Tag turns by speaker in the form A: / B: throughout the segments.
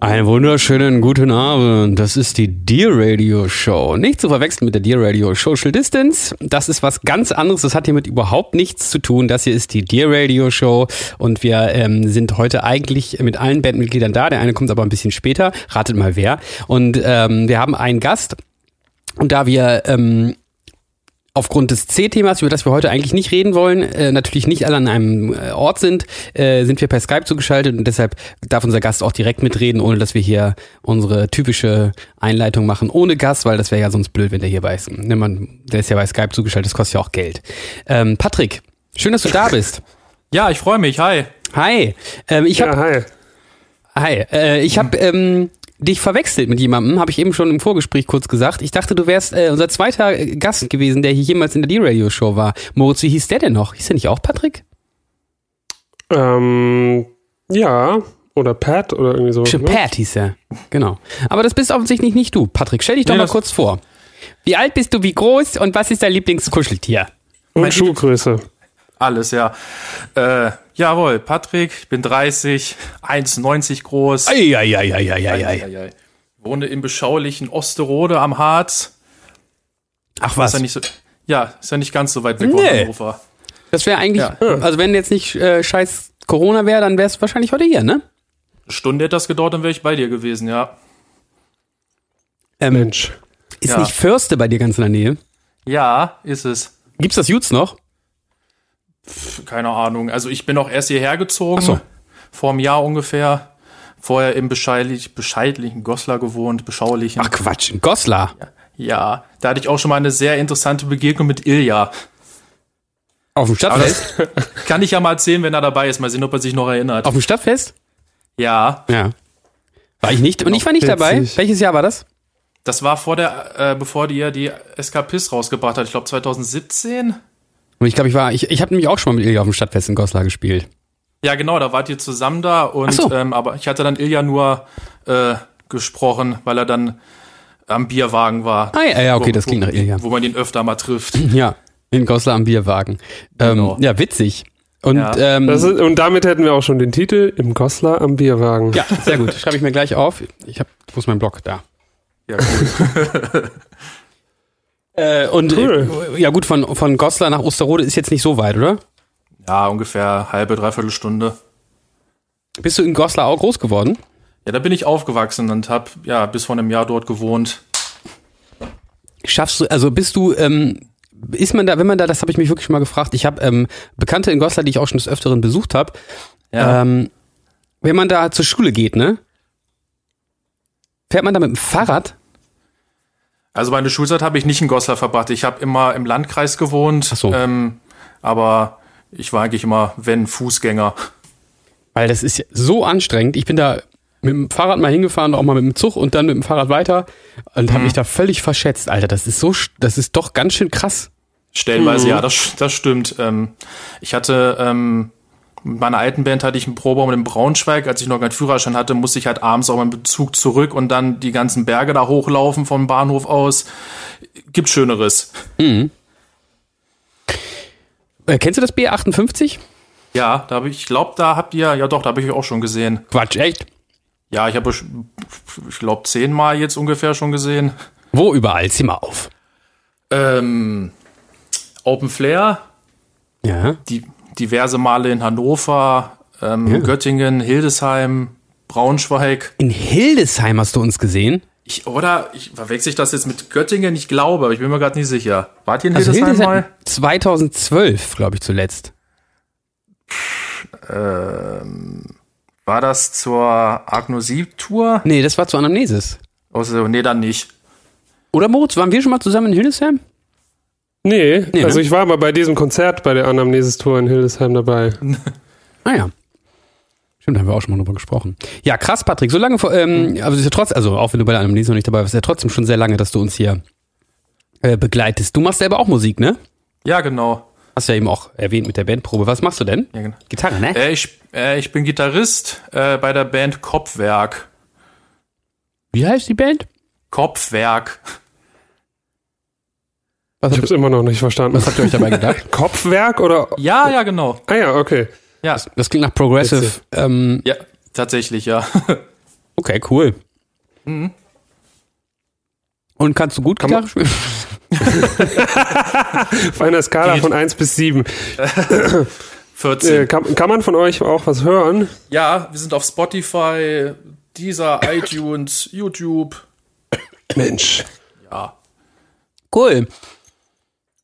A: Einen wunderschönen guten Abend. Das ist die Dear Radio Show. Nicht zu verwechseln mit der Dear Radio Social Distance. Das ist was ganz anderes. Das hat hiermit überhaupt nichts zu tun. Das hier ist die Dear Radio Show. Und wir ähm, sind heute eigentlich mit allen Bandmitgliedern da. Der eine kommt aber ein bisschen später. Ratet mal wer. Und ähm, wir haben einen Gast. Und da wir ähm, aufgrund des C-Themas, über das wir heute eigentlich nicht reden wollen, äh, natürlich nicht alle an einem äh, Ort sind, äh, sind wir per Skype zugeschaltet und deshalb darf unser Gast auch direkt mitreden, ohne dass wir hier unsere typische Einleitung machen ohne Gast, weil das wäre ja sonst blöd, wenn der hier bei ist. Ne, man, der ist ja bei Skype zugeschaltet, das kostet ja auch Geld. Ähm, Patrick, schön, dass du da bist.
B: Ja, ich freue mich. Hi.
A: Hi, ähm, ich
C: Ja,
A: habe
C: hi.
A: hi, äh, ich habe ähm, dich verwechselt mit jemandem, habe ich eben schon im Vorgespräch kurz gesagt. Ich dachte, du wärst äh, unser zweiter äh, Gast gewesen, der hier jemals in der D-Radio-Show war. Moritz, wie hieß der denn noch? Hieß der nicht auch Patrick?
C: Ähm, ja, oder Pat oder irgendwie so.
A: Stimmt,
C: ne?
A: Pat hieß er. Genau. Aber das bist offensichtlich nicht du, Patrick. Stell dich doch
B: Nee,
A: mal
B: das-
A: kurz vor. Wie alt bist du, wie groß und was ist dein Lieblingskuscheltier?
C: Und Schuhgröße.
B: Alles, ja. Äh, jawohl, Patrick, ich bin 30, 1,90 groß.
A: Eieieiei.
B: Eieiei. Wohne im beschaulichen Osterode am Harz.
A: Ach
B: Ist ja
A: was,
B: nicht so, ja, ist ja nicht ganz so weit weg
A: Nee.
B: Hannover.
A: das wäre eigentlich,
B: Ja.
A: also wenn jetzt nicht äh, scheiß Corona wäre, dann wärst du wahrscheinlich heute hier, ne?
B: Eine Stunde hätte das gedauert, dann wäre ich bei dir gewesen, ja.
A: Ähm,
C: Mensch.
A: ist
B: Ja.
A: nicht Fürste bei dir ganz in der Nähe?
B: Ja, ist es.
A: Gibt's das Jutz noch?
B: Keine Ahnung. Also ich bin auch erst hierher gezogen.
A: Ach so.
B: Vor einem Jahr ungefähr. Vorher im bescheidlich, bescheidlichen Goslar gewohnt, beschaulichen.
A: Ach Quatsch, in Goslar.
B: Ja, da hatte ich auch schon mal eine sehr interessante Begegnung mit Ilja.
A: Auf dem
B: Aber
A: Stadtfest?
B: das kann ich ja mal erzählen, wenn er dabei ist. Mal sehen, ob er sich noch erinnert.
A: Auf dem Stadtfest?
B: Ja,
A: Ja. War ich nicht, und ich war nicht dabei.
C: Witzig.
A: Welches Jahr war das?
B: das war vor der, äh, bevor die ja die Eskapist rausgebracht hat. Ich glaube 2017.
A: Und ich glaube, ich war, ich, ich habe nämlich auch schon mal mit Ilja auf dem Stadtfest in Goslar gespielt.
B: Ja, genau, da wart ihr zusammen da und
A: Ach so.
B: ähm, aber ich hatte dann Ilja nur äh, gesprochen, weil er dann am Bierwagen war.
A: Ah, ja, ja, okay,
B: Wo-
A: das klingt
B: wo-
A: nach Ilja. Mhm.
B: Wo man ihn öfter mal trifft.
A: oh, Ja, in Goslar am Bierwagen. Ähm,
B: Genau.
A: Ja, witzig. Und ja,
B: Ja.
A: ähm,
C: Das ist, und damit hätten wir auch schon den Titel im Goslar am Bierwagen.
A: ja sehr gut. Schreibe ich mir gleich auf. Ich hab, wo ist mein Blog? Da.
B: Ja, cool.
A: Äh, und
C: Cool.
A: äh, ja gut, von, von Goslar nach Osterode ist jetzt nicht so weit, oder?
B: ja ungefähr halbe, dreiviertel Stunde.
A: Bist du in Goslar auch groß geworden?
B: Ja, da bin ich aufgewachsen und hab ja bis vor einem Jahr dort gewohnt.
A: Schaffst du, also bist du, ähm, ist man da, wenn man da, das habe ich mich wirklich schon mal gefragt, ich habe ähm, Bekannte in Goslar, die ich auch schon des Öfteren besucht habe,
B: Ja.
A: ähm, wenn man da zur Schule geht, ne? Fährt man da mit dem Fahrrad?
B: Also meine Schulzeit habe ich nicht in Goslar verbracht. Ich habe immer im Landkreis gewohnt.
A: Ach so.
B: Ähm, aber ich war eigentlich immer, wenn, Fußgänger.
A: Weil das ist ja so anstrengend. Ich bin da mit dem Fahrrad mal hingefahren, auch mal mit dem Zug und dann mit dem Fahrrad weiter und habe mich da völlig verschätzt, Alter. Das ist so, sch- das ist doch ganz schön krass.
B: Stellenweise,
A: Mhm.
B: ja, das, das stimmt. Ähm, ich hatte, ähm, mit meiner alten Band hatte ich einen Proberaum in Braunschweig. Als ich noch keinen Führerschein hatte, musste ich halt abends auch mal einen Bezug zurück und dann die ganzen Berge da hochlaufen vom Bahnhof aus. Gibt Schöneres.
A: Äh, kennst du das B58?
B: Ja, da habe ich, ich glaube, da habt ihr, ja doch, da habe ich euch auch schon gesehen.
A: Quatsch, echt?
B: Ja, ich habe, euch, ich glaube, zehnmal jetzt ungefähr schon gesehen.
A: Wo überall? Zieh mal auf.
B: Ähm, Open Flair,
A: Ja.
B: die, diverse Male in Hannover, ähm,
A: Ja.
B: Göttingen, Hildesheim, Braunschweig.
A: In Hildesheim hast du uns gesehen?
B: Ich, oder ich, verwechsel ich das jetzt mit Göttingen? Ich glaube, aber ich bin mir gerade nicht sicher. Wart ihr in
A: Also
B: Hildesheim,
A: Hildesheim
B: mal?
A: 2012, glaube ich, zuletzt.
B: Ähm, War das zur Agnosie-Tour?
A: Nee, das war zu Anamnesis.
B: Also, nee, dann nicht.
A: Oder Moritz, waren wir schon mal zusammen in Hildesheim?
C: Nee,
A: Nee,
C: also
A: ne?
C: ich war aber bei diesem Konzert bei der Anamnesis-Tour in Hildesheim dabei.
A: Ah ja. Stimmt, da haben wir auch schon mal drüber gesprochen. Ja, krass, Patrick. So lange vor, ähm, aber es ist ja trotzdem, also auch wenn du bei der Anamnese noch nicht dabei warst, ist ja trotzdem schon sehr lange, dass du uns hier äh, begleitest. Du machst selber auch Musik, ne?
B: Ja, genau.
A: Hast du ja eben auch erwähnt mit der Bandprobe. Was machst du denn?
B: Ja, genau.
A: Gitarre, ne?
B: Äh, ich, äh, ich bin Gitarrist äh, bei der Band Kopfwerk.
A: Wie heißt die Band?
B: Kopfwerk.
A: Was
C: Ich
A: habt,
C: hab's immer noch nicht verstanden.
A: was habt ihr euch dabei gedacht?
C: Kopfwerk oder?
B: Ja, ja, genau.
C: Ah ja, okay.
B: Ja,
A: Das klingt nach Progressive.
C: Witzig.
A: Ähm,
B: ja tatsächlich, ja.
A: Äh, okay, cool. Mhm. Und kannst du gut Gitarre spielen?
C: Auf einer Skala von 1 bis 7.
B: 14.
C: Äh, kann, kann man von euch auch was hören?
B: Ja, wir sind auf Spotify, Deezer, iTunes, YouTube.
C: Mensch.
B: Ja.
A: Cool.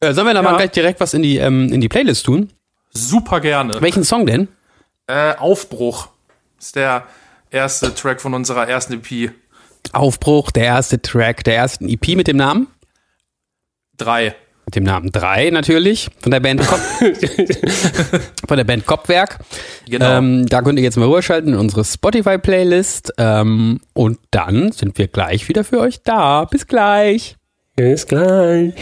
A: Äh, sollen wir da mal
B: Ja.
A: gleich direkt was in die, ähm, in die Playlist tun?
B: Super gerne.
A: Welchen Song denn?
B: Äh, Aufbruch ist der erste Track von unserer ersten E EP.
A: Aufbruch, der erste Track der ersten EP mit dem Namen?
B: Drei.
A: Mit dem Namen 3 natürlich, von der Band Kopf, von der Band Kopfwerk.
B: Genau.
A: Ähm, da könnt ihr jetzt mal rüberschalten in unsere Spotify-Playlist. Ähm, und dann sind wir gleich wieder für euch da. Bis gleich.
C: Bis gleich.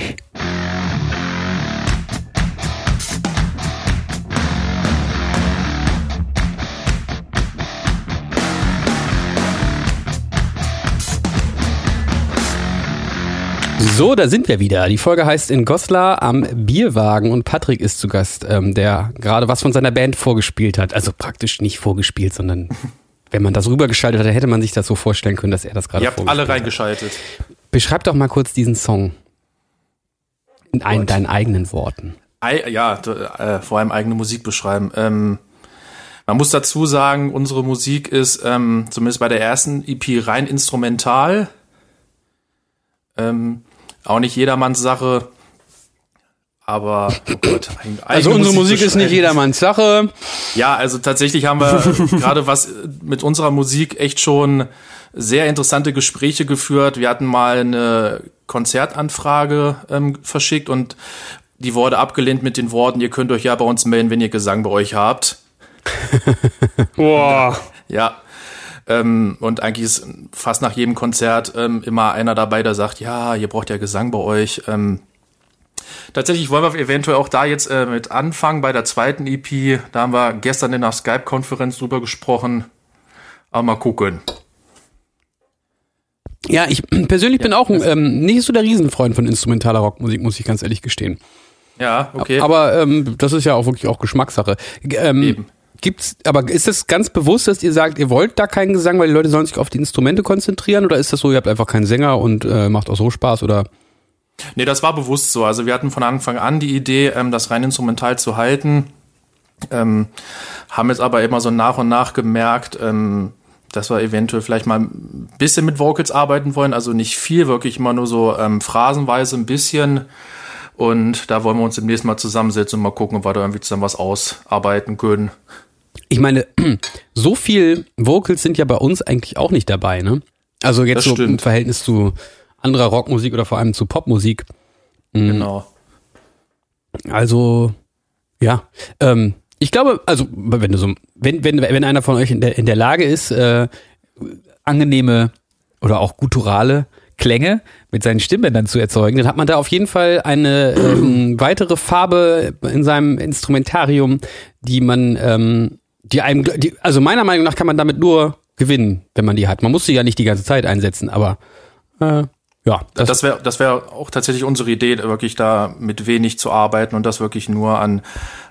A: So, da sind wir wieder. Die Folge heißt in Goslar am Bierwagen und Patrick ist zu Gast, ähm, der gerade was von seiner Band vorgespielt hat. Also praktisch nicht vorgespielt, sondern wenn man das rübergeschaltet hat, hätte man sich das so vorstellen können, dass er das gerade
B: Ihr habt
A: vorgespielt
B: alle
A: hat.
B: reingeschaltet.
A: Beschreib doch mal kurz diesen Song. In ein, deinen eigenen Worten.
B: Ei, ja, d- äh, vor allem eigene Musik beschreiben. Ähm, man muss dazu sagen, unsere Musik ist ähm, zumindest bei der ersten EP rein instrumental. Ähm, auch nicht jedermanns Sache. Aber, oh Gott, ein-
A: Also
B: eigene
A: unsere Musik ist nicht
B: beschreiben.
A: jedermanns Sache.
B: Ja, also tatsächlich haben wir gerade was mit unserer Musik echt schon sehr interessante Gespräche geführt. Wir hatten mal eine Konzertanfrage ähm, verschickt und die wurde abgelehnt mit den Worten, ihr könnt euch ja bei uns melden, wenn ihr Gesang bei euch habt.
C: Boah.
B: Ja. Ähm, und eigentlich ist fast nach jedem Konzert ähm, immer einer dabei, der sagt, ja, ihr braucht ja Gesang bei euch. Ähm, tatsächlich wollen wir eventuell auch da jetzt äh, mit anfangen bei der zweiten EP. Da haben wir gestern in der Skype-Konferenz drüber gesprochen. Aber mal gucken.
A: Ja, ich persönlich bin auch ein, ähm, nicht so der Riesenfreund von instrumentaler Rockmusik, muss ich ganz ehrlich gestehen.
B: Ja, okay.
A: Aber ähm, das ist ja auch wirklich auch Geschmackssache. G- Ähm,
B: Eben.
A: Gibt's, aber ist es ganz bewusst, dass ihr sagt, ihr wollt da keinen Gesang, weil die Leute sollen sich auf die Instrumente konzentrieren? Oder ist das so, ihr habt einfach keinen Sänger und äh, macht auch so Spaß? Oder
B: Nee, das war bewusst so. Also wir hatten von Anfang an die Idee, ähm, das rein instrumental zu halten. Ähm, haben jetzt aber immer so nach und nach gemerkt, ähm, dass wir eventuell vielleicht mal ein bisschen mit Vocals arbeiten wollen. Also nicht viel, wirklich immer nur so ähm, phrasenweise ein bisschen. Und da wollen wir uns demnächst mal zusammensetzen und mal gucken, ob wir da irgendwie zusammen was ausarbeiten können.
A: ich meine, so viel Vocals sind ja bei uns eigentlich auch nicht dabei, ne? Also jetzt
B: Das
A: so im
B: stimmt.
A: Verhältnis zu anderer Rockmusik oder vor allem zu Popmusik.
B: Genau.
A: Also, ja. Ähm, ich glaube, also, wenn du so, wenn, wenn, wenn einer von euch in der, in der Lage ist, äh, angenehme oder auch gutturale Klänge mit seinen Stimmbändern zu erzeugen, dann hat man da auf jeden Fall eine ähm, weitere Farbe in seinem Instrumentarium, die man, ähm, die einem, die, also meiner Meinung nach kann man damit nur gewinnen, wenn man die hat. Man muss sie ja nicht die ganze Zeit einsetzen, aber äh, ja, das,
B: Das wäre das wäre auch tatsächlich unsere Idee, wirklich da mit wenig zu arbeiten und das wirklich nur an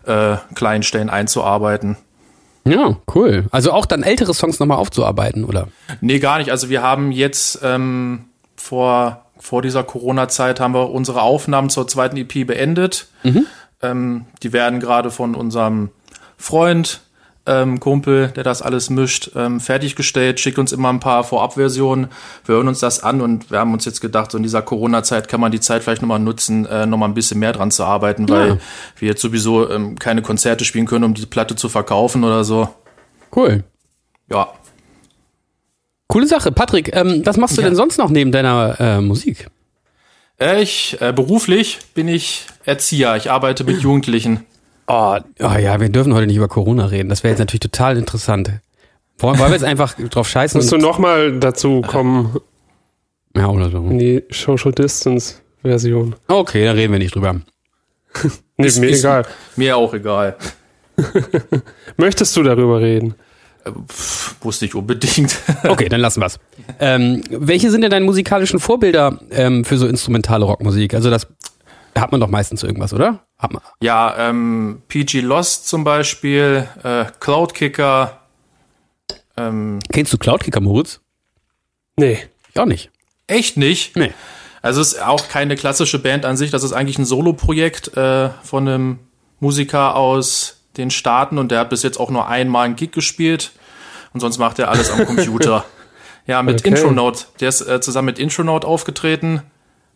B: äh, kleinen Stellen einzuarbeiten.
A: ja, cool. Also auch dann ältere Songs nochmal aufzuarbeiten, oder?
B: Nee, gar nicht. Also wir haben jetzt ähm, vor, vor dieser Corona-Zeit haben wir unsere Aufnahmen zur zweiten EP beendet. Ähm, die werden gerade von unserem Freund, ähm, Kumpel, der das alles mischt, ähm, fertiggestellt, schickt uns immer ein paar Vorabversionen. Wir hören uns das an und wir haben uns jetzt gedacht, so in dieser Corona-Zeit kann man die Zeit vielleicht nochmal nutzen, äh, nochmal ein bisschen mehr dran zu arbeiten, weil wir jetzt sowieso ähm, keine Konzerte spielen können, um die Platte zu verkaufen oder so.
A: Cool.
B: Ja.
A: Coole Sache. Patrick, ähm, was machst du
B: Ja.
A: denn sonst noch neben deiner äh, Musik?
B: Äh, Ich, äh, beruflich bin ich Erzieher. Ich arbeite mit Jugendlichen. Ah.
A: Oh, oh ja, wir dürfen heute nicht über Corona reden. Das wäre jetzt natürlich total interessant. Wollen, wollen wir jetzt einfach drauf scheißen?
C: Musst du nochmal dazu kommen,
A: ja, oder so.
C: in die Social Distance Version.
A: Okay, dann reden wir nicht drüber.
C: Nee,
B: Ist-
C: mir
B: ist-
C: egal.
B: Mir auch egal.
C: Möchtest du darüber reden?
B: Wusste ich unbedingt.
A: Okay, dann lassen wir's. Ähm, welche sind denn deine musikalischen Vorbilder ähm, für so instrumentale Rockmusik? Also das hat man doch meistens irgendwas, oder? Hat man.
B: ja, ähm, PG Lost zum Beispiel, äh, Cloudkicker. Ähm,
A: Kennst du Cloudkicker, Moritz?
C: Nee.
A: Ich auch nicht.
B: echt nicht.
A: Nee.
B: Also es ist auch keine klassische Band an sich. Das ist eigentlich ein Soloprojekt äh, von einem Musiker aus den Staaten und der hat bis jetzt auch nur einmal einen Gig gespielt und sonst macht er alles am Computer. ja, mit
C: Okay.
B: Intronaut. Der ist äh, zusammen mit Intronaut aufgetreten,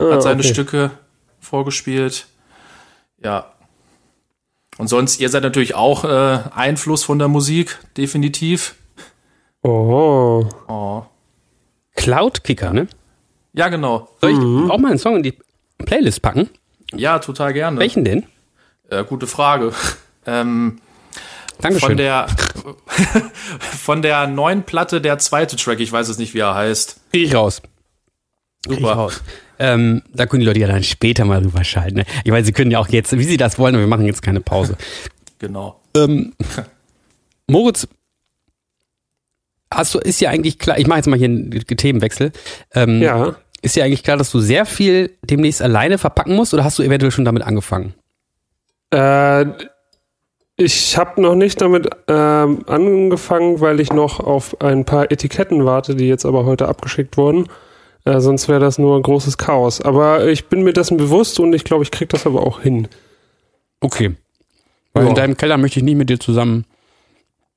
B: hat seine
C: Ah, okay.
B: Stücke vorgespielt. Ja. Und sonst, ihr seid natürlich auch äh, Einfluss von der Musik, definitiv.
C: Oh.
B: Oh.
A: Cloudkicker, ne?
B: Ja, genau.
A: Soll ich auch mal einen Song in die Playlist packen?
B: Ja, total gerne.
A: Welchen denn?
B: Äh, gute Frage. ähm,
A: Dankeschön.
B: Von der, von der neuen Platte der zweite Track, ich weiß es nicht, wie er heißt.
A: Krieg ich raus. Krieg ich
B: Super.
A: raus. Ähm, da können die Leute ja dann später mal rüberschalten. Ne? Ich meine, sie können ja auch jetzt, wie sie das wollen, aber wir machen jetzt keine Pause.
B: Genau.
A: Ähm, Moritz, hast du, ist ja eigentlich klar, ich mache jetzt mal hier einen Themenwechsel. Ähm,
C: Ja.
A: Ist ja eigentlich klar, dass du sehr viel demnächst alleine verpacken musst oder hast du eventuell schon damit angefangen?
C: Äh, ich habe noch nicht damit ähm, angefangen, weil ich noch auf ein paar Etiketten warte, die jetzt aber heute abgeschickt wurden. Äh, sonst wäre das nur großes Chaos. Aber ich bin mir dessen bewusst und ich glaube, ich krieg das aber auch hin.
A: Okay. Weil
C: Ja.
A: in deinem Keller möchte ich nicht mit dir zusammen.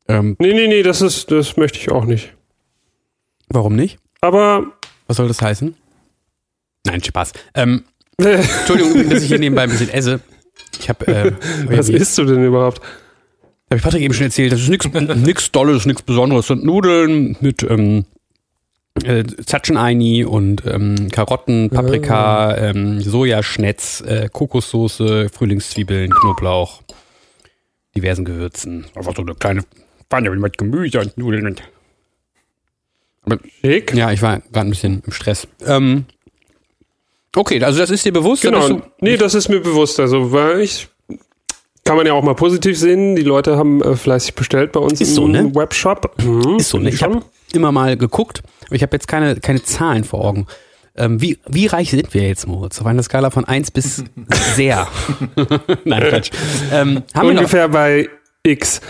A: Ähm,
C: Nee, nee, nee, das ist, das möchte ich auch nicht.
A: warum nicht?
C: Aber
A: Was soll das heißen? Nein, Spaß. Ähm, Entschuldigung, übrigens, dass ich hier nebenbei ein bisschen esse. Ich habe, äh,
C: was
A: irgendwie-
C: isst du denn überhaupt?
A: Habe ich Patrick eben schon erzählt, das ist nichts nix Dolles, nichts Besonderes. Das sind Nudeln mit ähm, äh, Zatscheneini und ähm, Karotten, Paprika, ähm, Sojaschnetz, äh, Kokossoße, Frühlingszwiebeln, Knoblauch, diversen Gewürzen. Einfach so eine kleine Pfanne mit Gemüse und Nudeln. Und
C: Schick?
A: ja, ich war gerade ein bisschen im Stress. Ähm, okay, also das ist dir bewusst.
C: Genau.
A: dass du-
C: nee, das ist mir bewusst. Also, weil ich kann man ja auch mal positiv sehen. Die Leute haben äh, fleißig bestellt bei uns
A: Ist
C: im
A: so, ne?
C: Webshop. Mhm,
A: Ist so, ne? Ich
C: schon.
A: habe immer mal geguckt, aber ich habe jetzt keine, keine Zahlen vor Augen. Ähm, wie, wie reich sind wir jetzt, Moritz? Auf einer Skala von 1 bis sehr. Nein, Quatsch. Ähm, haben wir noch, Mhm.
C: Ungefähr bei X.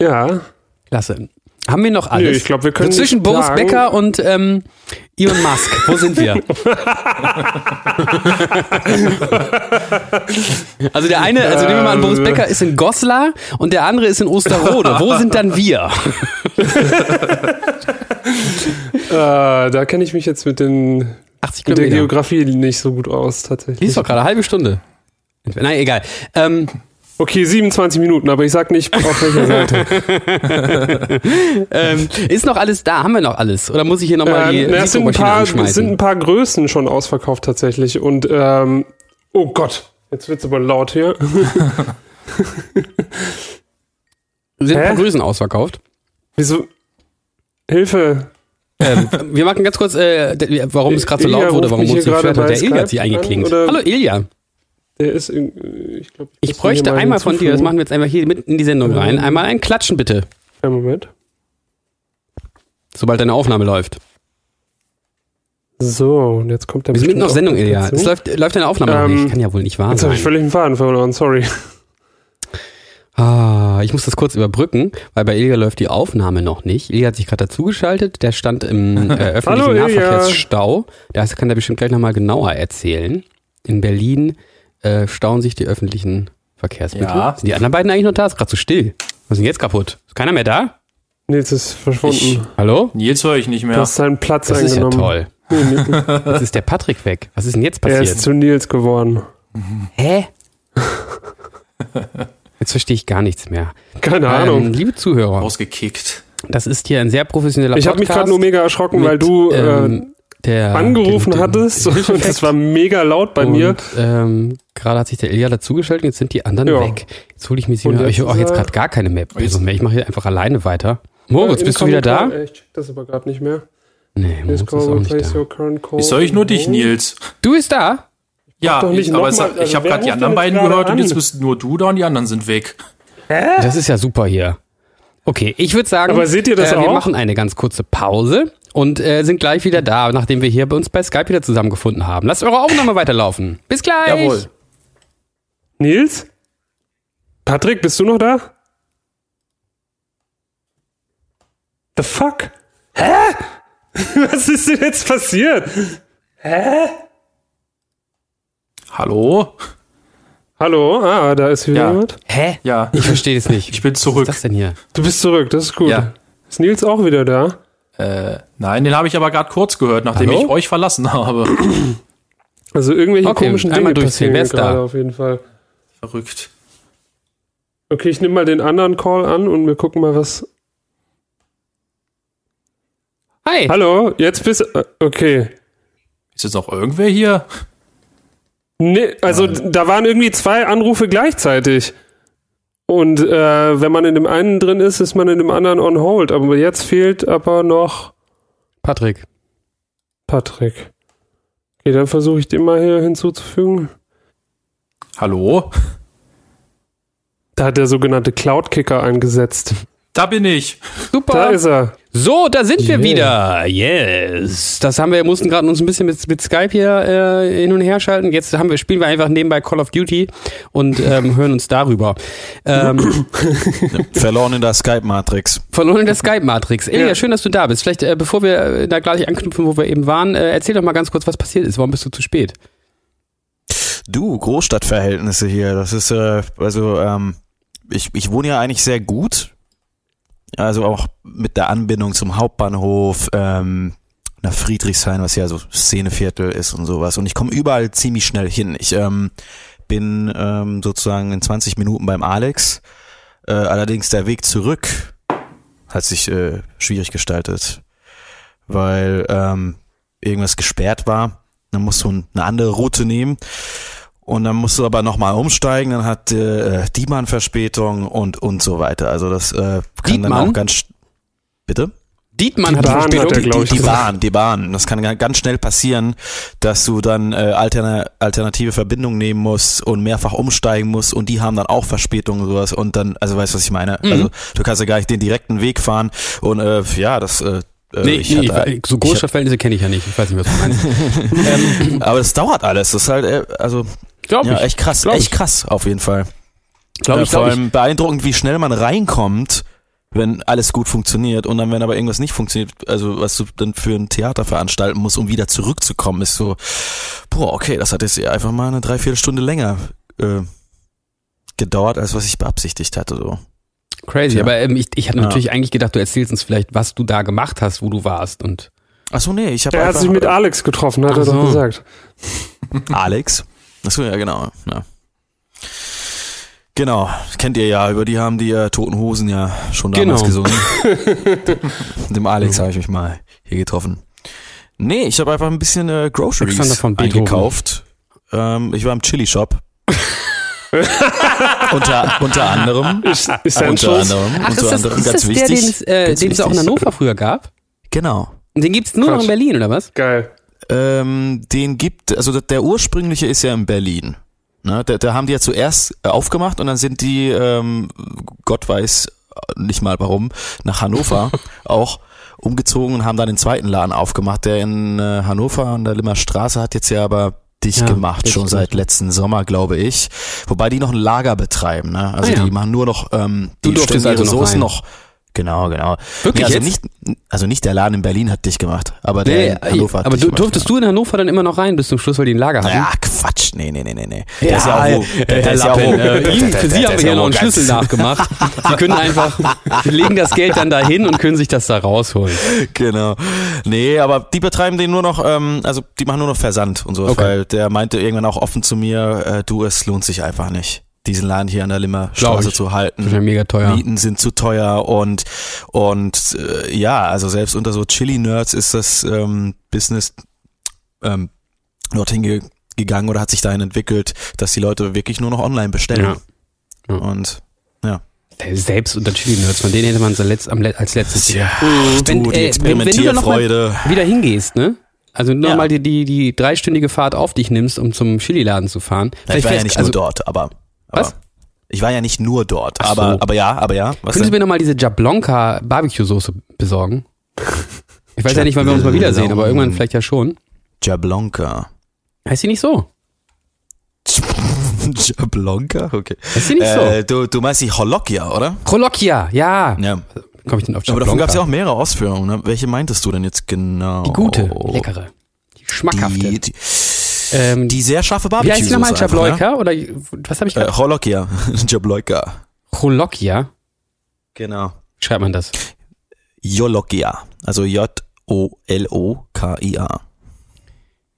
C: Ja.
A: klasse. Haben wir noch alles?
C: Nee, ich glaub, wir können
A: So Zwischen
C: nicht
A: Boris
C: sagen-
A: Becker und ähm, Elon Musk. Wo sind wir? also der eine, also nehmen wir mal an, Boris Becker ist in Goslar und der andere ist in Osterode. Wo sind dann wir?
C: Äh, da kenne ich mich jetzt mit, den,
A: 80
C: mit der
A: Kilometer.
C: Geografie nicht so gut aus, tatsächlich.
A: Hieß doch gerade eine halbe Stunde. Nein, egal. Ähm,
C: Okay, 27 Minuten, aber ich sag nicht, auf welcher Seite.
A: ähm, ist noch alles da? Haben wir noch alles? Oder muss ich hier nochmal die
C: Ähm, na, es sind ein,
A: Mikromaschine
C: paar, es sind
A: anschmeißen?
C: ein paar Größen schon ausverkauft, tatsächlich. Und, ähm, oh Gott, jetzt wird's aber laut hier.
A: Sind ein paar
C: Hä?
A: Größen ausverkauft?
C: Wieso? Hilfe.
A: Ähm, wir machen ganz kurz, äh, d- warum es gerade so
C: Ilja
A: laut wurde,
C: ruft
A: warum
C: mich
A: uns
C: hier
A: nicht
C: gerade
A: gehört hat.
C: bei
A: Der Ilja hat sich
C: Skype an,
A: eingeklingt.
C: oder?
A: Hallo Ilja,
C: Der ist irgendwie, ich glaube,
A: ich bräuchte einmal von dir, das machen wir jetzt einfach hier mitten in die Sendung rein, einmal ein Klatschen bitte,
C: wir. Moment.
A: sobald deine Aufnahme läuft.
C: So, und jetzt kommt der
A: Wir sind mitten
C: bestimmt
A: auf
C: auch
A: Sendung,
C: dazu.
A: Ilja. Es läuft, läuft deine Aufnahme noch
C: Ähm,
A: nicht, kann ja wohl nicht wahr
C: Jetzt habe ich
A: sein.
C: völlig den Faden verloren, sorry.
A: Ah, ich muss das kurz überbrücken, weil bei Ilja läuft die Aufnahme noch nicht. Ilja hat sich gerade dazugeschaltet, der stand im äh, öffentlichen
C: Hallo, Ilja.
A: Nahverkehrsstau. Das kann er bestimmt gleich nochmal genauer erzählen. In Berlin äh, stauen sich die öffentlichen Verkehrsmittel.
B: Ja.
A: Sind die anderen beiden eigentlich noch da? Ist gerade so still. Was ist denn jetzt kaputt? Ist keiner mehr da?
C: Nee, jetzt ist verschwunden.
B: Ich-
A: Hallo?
B: Jetzt höre ich nicht
C: Du
B: mehr.
C: hast seinen Platz
A: Das ist ja
C: eingenommen.
A: toll. Jetzt ist der Patrick weg. Was ist denn jetzt
C: er
A: passiert?
C: ist zu Nils geworden.
A: Hä? Jetzt verstehe ich gar nichts mehr.
C: Keine
A: Ähm,
C: Ahnung.
A: liebe Zuhörer,
B: Ausgekickt.
A: das ist hier ein sehr professioneller
C: Ich habe
A: Podcast.
C: mich gerade nur mega erschrocken,
A: mit,
C: weil du äh,
A: ähm, der
C: angerufen
A: den- den-
C: hattest und
A: Hilfeeffekt.
C: es war mega laut bei
A: und,
C: mir.
A: Ähm, gerade hat sich der Ilja dazugeschaltet, jetzt sind die anderen
C: Ja.
A: weg. Jetzt hole ich mir sie
C: Und
A: mir.
C: jetzt
A: Ich habe auch
C: ist
A: jetzt
C: er-
A: gerade gar keine Map. Also mehr, ich mache hier einfach alleine weiter. Moritz,
C: Äh,
A: bist du wieder da?
C: Kommentar- äh, Ich check das aber gerade nicht mehr.
A: Nee, Moritz
C: This
A: ist
C: call
A: auch
C: will
A: nicht
C: place
A: da.
C: your current call.
B: Ich soll ich nur dich,
C: in hold.
B: Nils.
A: Du bist da?
B: Ja,
C: Oh, doch nicht
B: ich, aber
C: noch
B: es,
C: mal-
B: ich
C: also
B: habe
C: wer
B: gerade die
C: ruft
B: anderen
C: denn jetzt
B: beiden
C: gerade
B: gehört und
C: an?
B: jetzt bist nur du da und die anderen sind weg.
A: Das ist ja super hier. Okay, ich würde sagen,
C: Aber seht ihr das
A: äh, wir
C: auch?
A: machen eine ganz kurze Pause und äh, sind gleich wieder da, nachdem wir hier bei uns bei Skype wieder zusammengefunden haben. Lasst eure Aufnahme weiterlaufen. Bis gleich.
B: Jawohl.
C: Nils? Patrick, bist du noch da? The fuck? Hä? Was ist denn jetzt passiert?
B: Hallo?
C: Hallo? Ah, da ist wieder
B: Ja.
C: jemand.
A: Hä?
B: Ja,
A: Ich verstehe das nicht.
B: ich bin
A: Was ist
B: zurück.
A: das denn hier?
C: Du bist zurück, das ist gut.
B: Ja.
C: Ist Nils auch wieder da?
B: Äh, nein, den habe ich aber gerade kurz gehört, nachdem
A: Hallo?
B: ich euch verlassen habe.
C: Also irgendwelche
A: Okay,
C: komischen
A: einmal
C: Dinge
A: durchzählen.
C: passieren
A: Wer
C: hier
A: ist da?
C: gerade auf jeden Fall.
B: Verrückt.
C: Okay, ich nehme mal den anderen Call an und wir gucken mal, was...
A: Hi.
C: Hallo, jetzt bist... äh, Okay.
B: Ist jetzt noch irgendwer hier?
C: Nee, also da waren irgendwie zwei Anrufe gleichzeitig. Und äh, wenn man in dem einen drin ist, ist man in dem anderen on hold. Aber jetzt fehlt aber noch
A: Patrick.
C: Patrick. Okay, dann versuche ich den mal hier hinzuzufügen.
B: Hallo?
C: Da hat der sogenannte Cloud-Kicker eingesetzt.
B: Da bin ich.
A: Super.
C: Da ist er.
A: So, da sind wir
C: Yeah.
A: wieder. Yes. Das haben wir, mussten gerade uns ein bisschen mit, mit Skype hier äh, hin und her schalten. Jetzt haben wir, spielen wir einfach nebenbei Call of Duty und ähm, hören uns darüber. Ähm,
D: Verloren in der Skype-Matrix.
A: verloren in der Skype-Matrix. Ilja,
C: Ja.
A: schön, dass du da bist. Vielleicht, äh, bevor wir äh, da gleich anknüpfen, wo wir eben waren, äh, erzähl doch mal ganz kurz, was passiert ist. Warum bist du zu spät?
D: Du, Großstadtverhältnisse hier. Das ist, äh, also, ähm, ich, ich wohne ja eigentlich sehr gut. Also auch mit der Anbindung zum Hauptbahnhof, ähm, nach Friedrichshain, was ja so Szeneviertel ist und sowas. Und ich komme überall ziemlich schnell hin. Ich ähm, bin ähm, sozusagen in 20 Minuten beim Alex. Äh, allerdings der Weg zurück hat sich äh, schwierig gestaltet, weil ähm, irgendwas gesperrt war. Dann musst du eine andere Route nehmen. Und dann musst du aber nochmal umsteigen, dann hat äh, die Bahn-Verspätung und, und so weiter. Also das äh, kann dann
A: Dietmann?
D: auch ganz... sch- Bitte?
A: Dietmann
C: Die
A: hat
C: Bahn hat
A: Verspätung.
C: er,
D: die,
C: glaub
D: die,
C: ich,
D: die
C: gesagt.
D: Bahn, die Bahn. Das kann ga- ganz schnell passieren, dass du dann äh, alterna alternative Verbindungen nehmen musst und mehrfach umsteigen musst und die haben dann auch Verspätungen und sowas und dann, also weißt du, was ich meine?
A: Mhm.
D: Also du kannst ja gar nicht den direkten Weg fahren und äh, ja, das äh, äh,
A: Nee, ich, nee,
D: hatte-
A: ich, so
D: ich hatte-
A: Großstadtverhältnisse kenne ich ja nicht. Ich weiß nicht, was du meinst.
D: aber das dauert alles. Das ist halt, äh, also
A: Glaub
D: ja,
A: ich.
D: echt krass,
A: Glaub
D: echt
A: ich.
D: krass auf jeden Fall.
A: Glaub
D: Äh,
A: ich,
D: vor
A: glaub ich.
D: allem beeindruckend, wie schnell man reinkommt, wenn alles gut funktioniert und dann, wenn aber irgendwas nicht funktioniert, also was du dann für ein Theater veranstalten musst, um wieder zurückzukommen, ist so, boah, okay, das hat jetzt einfach mal eine Dreiviertelstunde länger äh, gedauert, als was ich beabsichtigt hatte. So.
A: Crazy.
D: Tja.
A: Aber ähm, ich, ich hatte
D: Ja.
A: natürlich eigentlich gedacht, du erzählst uns vielleicht, was du da gemacht hast, wo du warst und
D: Achso, nee, ich habe
C: Der hat
D: einfach
C: sich mit Alex getroffen, hat
A: Ach
C: er
A: so.
C: doch gesagt.
D: Alex. Achso, ja, genau. Ja. Genau, kennt ihr ja, über die haben die äh, Toten Hosen ja schon damals
A: Genau.
D: gesungen. Dem Alex habe ich mich mal hier getroffen. Nee, ich habe einfach ein bisschen äh,
A: Alexander
D: Groceries
A: von Beethoven.
D: eingekauft. Ähm, ich war im Chili-Shop. unter, unter anderem.
C: Ist, ist er ein
D: Ah, Unter
C: Schuss?
D: anderem,
A: Ach,
D: unter
A: ist das,
D: anderem
A: ist
D: ganz
A: das der,
D: wichtig.
A: den es äh,
D: ganz
A: den es auch in
D: wichtig.
A: Hannover früher gab?
D: Genau.
A: Und den gibt's nur noch
C: Quatsch.
A: in Berlin, oder was?
C: Geil.
D: Ähm, den gibt, also der- der ursprüngliche ist ja in Berlin. Ne, da, da haben die ja zuerst äh, aufgemacht und dann sind die, ähm, Gott weiß äh, nicht mal warum, nach Hannover auch umgezogen und haben dann den zweiten Laden aufgemacht, der in äh, Hannover an der Limmer Straße hat jetzt ja aber dicht
A: Ja,
D: gemacht,
A: das
D: schon
A: stimmt.
D: seit letzten Sommer, glaube ich. Wobei die noch ein Lager betreiben, ne? Also
A: Ah, ja.
D: die machen nur noch, ähm,
A: Du
D: die
A: durftest
D: stellen ihre
A: also noch rein.
D: Soßen noch. Genau, genau.
A: Wirklich
D: also
A: jetzt?
D: nicht, also nicht der Laden in Berlin hat dicht gemacht, aber der in
A: Nee,
D: Hannover hat
A: aber
D: dicht
A: du,
D: gemacht,
A: durftest du in Hannover dann immer noch rein bis zum Schluss, weil die ein Lager hatten?
D: ja, Quatsch. Nee, nee, nee, nee, nee.
A: Ja,
D: Der ist ja auch, der, der
A: Herr
D: ist ja auch,
A: Lappen, äh,
D: der-
A: Ihnen,
D: der-
A: für
D: der-
A: Sie haben
D: der
A: wir
D: ist
A: hier
D: ja
A: noch
D: auch
A: einen
D: ganz-
A: Schlüssel nachgemacht. Sie können einfach, Sie legen das Geld dann dahin und können sich das da rausholen.
D: Genau. Nee, aber die betreiben den nur noch, ähm, also die machen nur noch Versand und so,
A: Okay.
D: weil der meinte irgendwann auch offen zu mir, äh, du, es lohnt sich einfach nicht, diesen Laden hier an der Limmer
A: Glaub
D: Straße
A: ich.
D: zu
A: Das ist ja
D: halten.
A: mega teuer.
D: Mieten sind zu teuer und und äh, ja, also selbst unter so Chili-Nerds ist das ähm, Business ähm, dorthin ge gegangen oder hat sich dahin entwickelt, dass die Leute wirklich nur noch online bestellen.
A: Ja. Ja.
D: Und
A: Selbst unter Chili-Nerds, von denen hätte man so letzt, am, le- als letztes
D: ja,
A: Wenn,
D: du, die
A: äh, wenn- wenn du da noch mal
D: Experimentierfreude.
A: wieder hingehst, ne? Also
D: Ja.
A: nochmal die, die, die dreistündige Fahrt auf dich nimmst, um zum Chili-Laden zu fahren.
D: Ja, ich war ja nicht
A: also,
D: nur dort, aber, aber
A: Was?
D: ich war ja nicht nur dort,
A: Ach
D: aber
A: so.
D: aber ja, aber ja.
A: Können
D: Was
A: Sie
D: denn?
A: mir nochmal diese Jablonka Barbecue-Soße besorgen? Ich weiß ja nicht, wann wir uns mal wiedersehen, aber irgendwann vielleicht ja schon.
D: Jablonka.
A: Heißt sie nicht so?
D: Jablonka? Okay.
A: Heißt sie nicht
D: Äh, du, du meinst die Holokia, oder?
A: so? Kolokia, ja.
D: Ja.
A: Komme ich denn auf
D: Aber davon
A: Jablonka?
D: gab es ja auch mehrere Ausführungen. Ne? Welche meintest du denn jetzt genau?
A: Die gute, leckere, die schmackhafte.
D: Die, die,
A: ähm,
D: die sehr scharfe
A: wie heißt die
D: Barbecue-Soße.
A: nochmal?
D: einfach, ne?
A: Jabloika? Oder was habe ich
D: Äh,
A: gerade?
D: Holokia. Jabloika.
A: Kolokia?
D: Genau.
A: Schreibt man das?
D: Jolokia. Also J-O-L-O-K-I-A.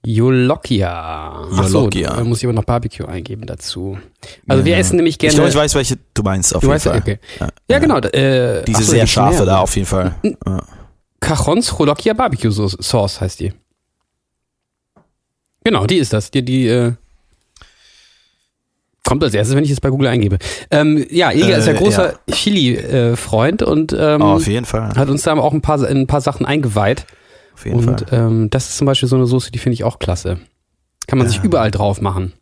A: Jolokia.
D: Jolokia.
A: Achso, da muss ich aber noch Barbecue eingeben dazu. Also wir
D: Ja.
A: essen nämlich gerne.
D: Ich glaube, ich weiß, welche du meinst auf
A: du
D: jeden
A: weißt,
D: Fall.
A: okay. Ja, genau. Äh,
D: Diese
A: achso, da
D: sehr
A: gibt's
D: scharfe
A: mehr.
D: da auf jeden Fall.
A: Mm,
D: Ja.
A: Cajons Jolokia Barbecue Sauce- Sauce heißt die. Genau, die ist das. Die, die äh, kommt als erstes, wenn ich es bei Google eingebe. Ähm, ja, Ilja
D: Äh, Oh,
A: ist ja großer Chili-Freund und ähm,
D: Auf jeden Fall.
A: hat uns da auch ein paar, ein paar Sachen eingeweiht.
D: Auf jeden Fall.
A: Und ähm, das ist zum Beispiel so eine Soße, die finde ich auch klasse. Kann man sich überall drauf machen.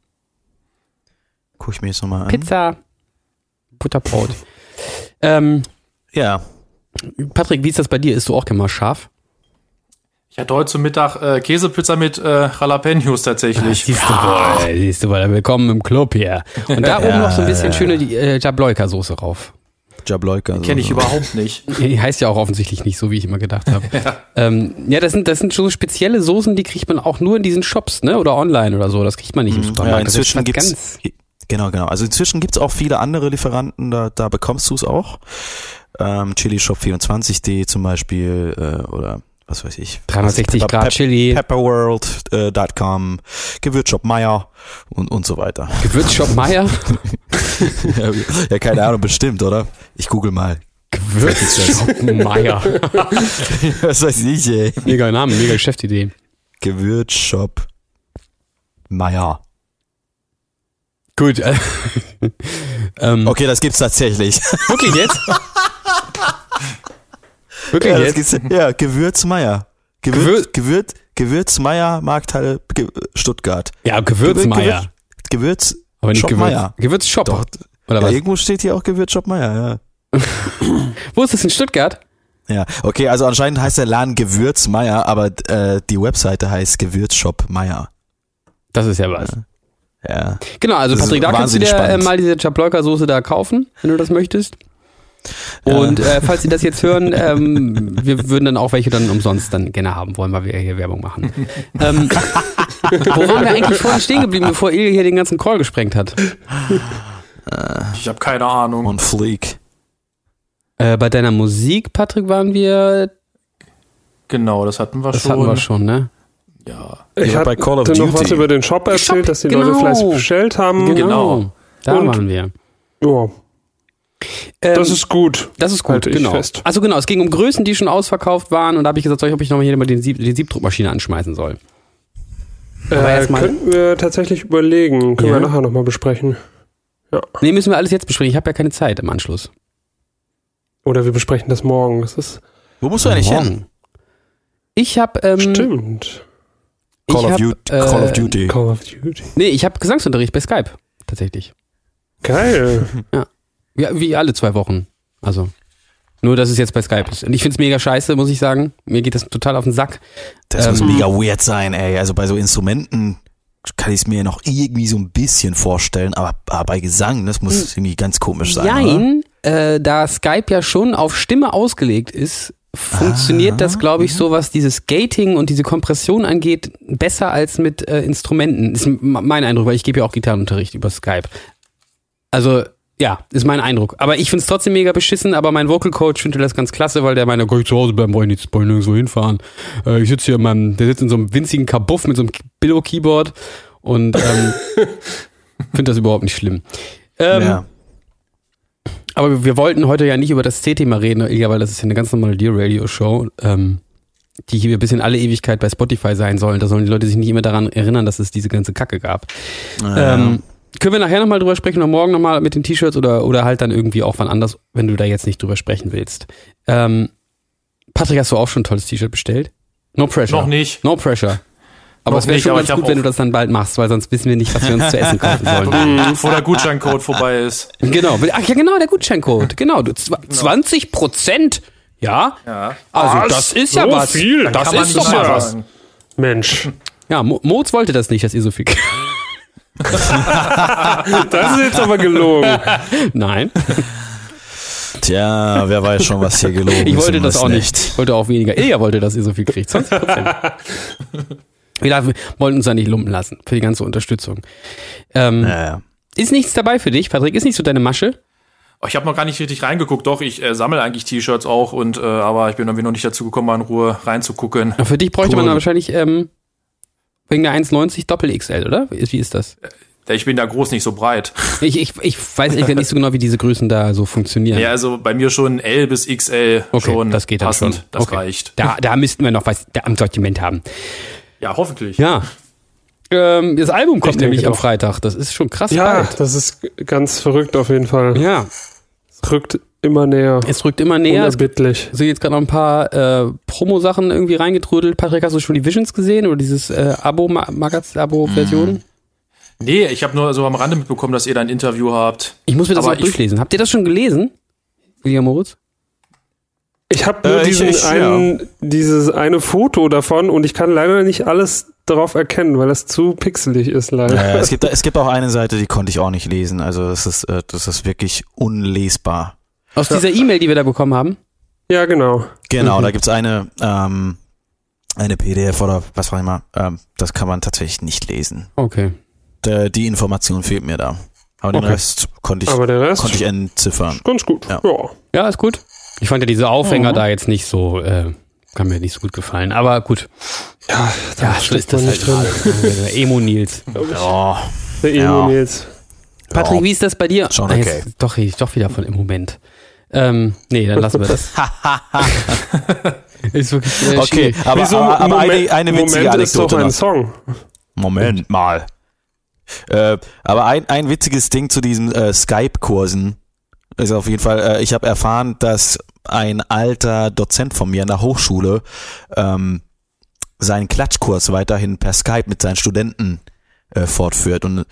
D: Guck ich mir jetzt nochmal an.
A: Pizza, Butterbrot. ähm,
D: Ja.
A: Patrick, wie ist das bei dir? Isst du auch gerne mal scharf?
B: Ich hatte heute zum Mittag äh, Käsepizza mit äh, Jalapenos
D: Ah,
B: tatsächlich.
A: Siehst du wohl, siehst du wohl, willkommen im Club hier. Und da oben noch so ein bisschen schöne die, äh, Jabloika-Soße drauf.
D: Jabloika.
B: Kenne ich überhaupt nicht.
A: Die heißt ja auch offensichtlich nicht so, wie ich immer gedacht habe. ja, ähm, ja das, sind, das sind so spezielle Soßen, die kriegt man auch nur in diesen Shops, ne? Oder online oder so. Das kriegt man nicht im
D: Mhm. Ja,
A: Supermarkt. das ist
D: inzwischen
A: was
D: gibt's
A: ganz-
D: genau, genau. Also inzwischen gibt's auch viele andere Lieferanten, da, da bekommst du's auch. Ähm, Chili Shop 24D zum Beispiel äh, oder was weiß ich.
A: 360
D: Pepper-
A: Grad
D: Pep-
A: Chili.
D: Pepperworld.com, Gewürzshop Meier und, und so weiter.
A: Gewürzshop Meier.
D: ja, keine Ahnung, bestimmt, oder? Ich google mal.
A: Gewürzshop Meier.
D: Was weiß ich, ey.
A: Mega Name, mega Geschäftsidee.
D: Gewürzshop Meier.
A: Gut. äh, ähm,
D: Okay, das gibt's tatsächlich.
A: Wirklich jetzt? Wirklich
D: Ja, das
A: jetzt?
D: gibt's, ja Gewürzmeier. Gewürz,
A: Gewür-
D: Gewürz, Gewürzmeier, Markthalle, Ge Stuttgart.
A: Ja, Gewürzmeier.
D: Gewürz,
A: Aber nicht
D: Shop
A: Gewürz.
D: Meier.
A: Gewürzshop.
D: Doch.
A: Oder
D: Ja,
A: was?
D: irgendwo steht hier auch Gewürzshop Meier,
A: Wo ist das in Stuttgart?
D: ja. Ja, okay, also anscheinend heißt der Laden Gewürzmeier, aber äh, die Webseite heißt Gewürzshop Meier.
A: Das ist ja was.
D: Ja.
A: Genau, also
D: Das ist
A: Patrick, da kannst du dir
D: wahnsinnig
A: äh,
D: spannend.
A: mal diese Chapleuka-Soße da kaufen, wenn du das möchtest. Und äh, falls Sie das jetzt hören, ähm, wir würden dann auch welche dann umsonst dann gerne haben wollen, weil wir hier Werbung machen. ähm, wo waren wir eigentlich vorhin stehen geblieben, bevor Ilja hier den ganzen Call gesprengt hat?
B: Ich habe keine Ahnung.
D: Und Fleek.
A: Äh, bei deiner Musik, Patrick, waren wir,
B: Genau, das hatten wir
A: das
B: schon.
A: hatten wir schon, ne?
B: Ja.
C: Ich
D: war
C: hatte
D: bei Call of
C: noch
D: Duty.
C: was über den Shop erzählt, dass die
A: genau.
C: Leute fleißig bestellt haben.
B: Genau.
A: Da
C: Und-
A: waren wir.
C: Ja,
A: Ähm,
C: das ist gut.
A: Das ist gut,
C: Halte ich
A: genau.
C: fest.
A: Also genau, es ging um Größen, die schon ausverkauft waren und da habe ich gesagt, soll ich, ob ich nochmal hier mal den Sieb, die Siebdruckmaschine anschmeißen soll. Aber
C: Äh,
A: erstmal-
C: könnten wir tatsächlich überlegen. Können
A: Ja.
C: wir nachher nochmal besprechen.
A: Nee, müssen wir alles jetzt besprechen. Ich habe ja keine Zeit im Anschluss.
C: Oder wir besprechen das morgen. Das ist
D: Wo musst du eigentlich hin?
A: Morgen. Ich habe ähm,
C: stimmt.
A: ich
D: Call, of
A: hab,
D: Duty,
A: äh,
D: Call of Duty.
C: Call of Duty.
A: nee, ich habe Gesangsunterricht bei Skype tatsächlich.
C: Geil.
A: Ja, wie alle zwei Wochen. Also nur, dass es jetzt bei Skype ist. Und ich find's mega scheiße, muss ich sagen. Mir geht das total auf den Sack.
D: Das muss
A: ähm,
D: mega weird sein, ey. Also bei so Instrumenten kann ich es mir noch irgendwie so ein bisschen vorstellen, aber, aber bei Gesang, das muss
A: Hm.
D: irgendwie ganz komisch sein. Oder?
A: Nein, äh, da Skype ja schon auf Stimme ausgelegt ist, funktioniert
D: Ah,
A: das, glaube
D: mhm.
A: ich, so, was dieses Gating und diese Kompression angeht, besser als mit äh, Instrumenten. Ist m- mein Eindruck, weil ich gebe ja auch Gitarrenunterricht über Skype. Also, ja, ist mein Eindruck. Aber ich find's trotzdem mega beschissen, aber mein Vocal Coach findet das ganz klasse, weil der meinte, kann ich zu Hause bleiben, brauche ich nicht, brauche ich nirgendwo hinfahren. Äh, ich sitze hier in meinem, der sitzt in so einem winzigen Kabuff mit so einem Billo-Keyboard und ähm, finde das überhaupt nicht schlimm. Ähm,
D: Ja.
A: aber wir wollten heute ja nicht über das C-Thema reden, Ilja, weil das ist ja eine ganz normale Dear Radio Show. Ähm, die hier bis in alle Ewigkeit bei Spotify sein sollen. Da sollen die Leute sich nicht immer daran erinnern, dass es diese ganze Kacke gab.
D: Ja.
A: Ähm, können wir nachher nochmal drüber sprechen oder morgen nochmal mit den T-Shirts oder, oder halt dann irgendwie auch wann anders, wenn du da jetzt nicht drüber sprechen willst. Ähm, Patrick, hast du auch schon ein tolles T-Shirt bestellt? No pressure.
B: Noch nicht.
A: No pressure. Aber
B: Noch
A: es wäre
B: nicht,
A: schon
B: aber
A: ganz
B: ich hab
A: gut, wenn du das dann bald machst, weil sonst wissen wir nicht, was wir uns zu essen kaufen sollen.
B: Bevor der Gutscheincode vorbei ist.
A: genau. Ach ja, genau, der Gutscheincode. Genau. Du, zw- 20 Prozent. Ja?
B: Ja.
A: Also,
C: Was?
A: das ist ja
C: So
A: was.
C: viel?
A: Das
C: Kann man
A: ist
C: nicht
A: doch mal
C: sagen.
A: was.
C: Mensch,
A: Ja, Mo Moz wollte das nicht, dass ihr so viel.
C: das ist jetzt aber gelogen.
A: Nein,
D: Tja, wer weiß schon, was hier gelogen
A: ich
D: ist.
A: wollte
D: und
A: das
D: was
A: auch nicht. Ich wollte auch weniger. Eher wollte, dass ihr so viel kriegt. 20 Wir darf- wollten uns da nicht lumpen lassen für die ganze Unterstützung. Ähm,
D: Ja, ja.
A: Ist nichts dabei für dich, Patrick? Ist nicht so deine Masche?
B: Oh, Ich habe noch gar nicht richtig reingeguckt. Doch, ich äh, sammle eigentlich T-Shirts auch und äh, aber ich bin irgendwie noch nicht dazu gekommen, mal in Ruhe reinzugucken.
A: Für dich bräuchte man
D: Cool.
A: da wahrscheinlich ähm, wegen der 1,90 Doppel-XL, oder? Wie ist- wie ist das?
B: Ich bin da groß nicht so breit.
A: Ich, ich, ich weiß ehrlich gesagt nicht so genau, wie diese Größen da so funktionieren.
B: Ja, also bei mir schon L bis XL
A: okay,
B: schon
A: das geht dann
B: passend.
A: schon.
B: Das
A: okay.
B: reicht.
A: Da, da müssten wir noch was da am Sortiment haben.
B: Ja, hoffentlich.
A: Ja. Ähm, das Album kommt
C: denke
A: nämlich am
C: doch.
A: Freitag. Das ist schon krass
C: Ja,
A: bald.
C: das ist ganz verrückt auf jeden Fall.
A: Ja.
C: Es rückt immer näher.
A: Es rückt immer näher. Es
C: Unerbittlich.
A: sind jetzt gerade noch ein paar äh, Promo-Sachen irgendwie reingetrödelt. Patrick, hast du schon die Visions gesehen oder dieses äh, Abo-Magaz-Abo-Version?
B: Hm. Nee, ich habe nur so am Rande mitbekommen, dass ihr da ein Interview habt.
A: Ich muss mir das
B: Aber
A: mal
B: ich-
A: durchlesen. Habt ihr das schon gelesen? William Moritz?
C: Ich habe nur
D: Äh, ich-
C: diesen
D: ich- ja.
C: einen, dieses eine Foto davon und ich kann leider nicht alles darauf erkennen, weil das zu pixelig ist leider.
D: Äh, es, gibt, es gibt auch eine Seite, die konnte ich auch nicht lesen. Also das ist, äh, das ist wirklich unlesbar.
A: Aus dieser E-Mail, die wir da bekommen haben?
C: Ja, genau.
D: Genau, da gibt's eine, ähm, eine PDF oder was auch immer. Ähm, das kann man tatsächlich nicht lesen.
A: Okay.
D: Da, die Information fehlt mir da. Aber den
A: Okay.
D: Rest konnte ich,
C: Aber der Rest
D: konnte ich entziffern.
C: ist ganz gut.
D: Ja.
C: Ja.
A: Ja, ist gut. Ich fand ja diese Aufhänger da jetzt nicht so, äh, kann mir nicht so gut gefallen. Aber gut.
C: Ja,
A: Ja, so ist das
C: man
A: halt
C: nicht drin.
A: gerade. Emo Nils.
D: Oh,
C: Der
D: Ja.
C: Emo Nils.
A: Patrick,
D: Ja.
A: wie ist das bei dir?
D: Schon
A: Ah,
D: okay.
A: jetzt, doch, rede ich doch wieder von im Moment. Ähm, nee, dann lassen wir das. ist wirklich äh,
D: okay,
A: schwierig.
D: aber,
C: Wieso
D: aber, aber
C: Moment-
D: eine, eine witzige
C: Moment ist doch
D: Anekdote
C: ein
D: noch.
C: Song.
D: Moment mal. Äh, aber ein, ein witziges Ding zu diesen äh, Skype-Kursen ist auf jeden Fall, äh, ich habe erfahren, dass ein alter Dozent von mir an der Hochschule ähm, seinen Klatschkurs weiterhin per Skype mit seinen Studenten äh, fortführt. Und,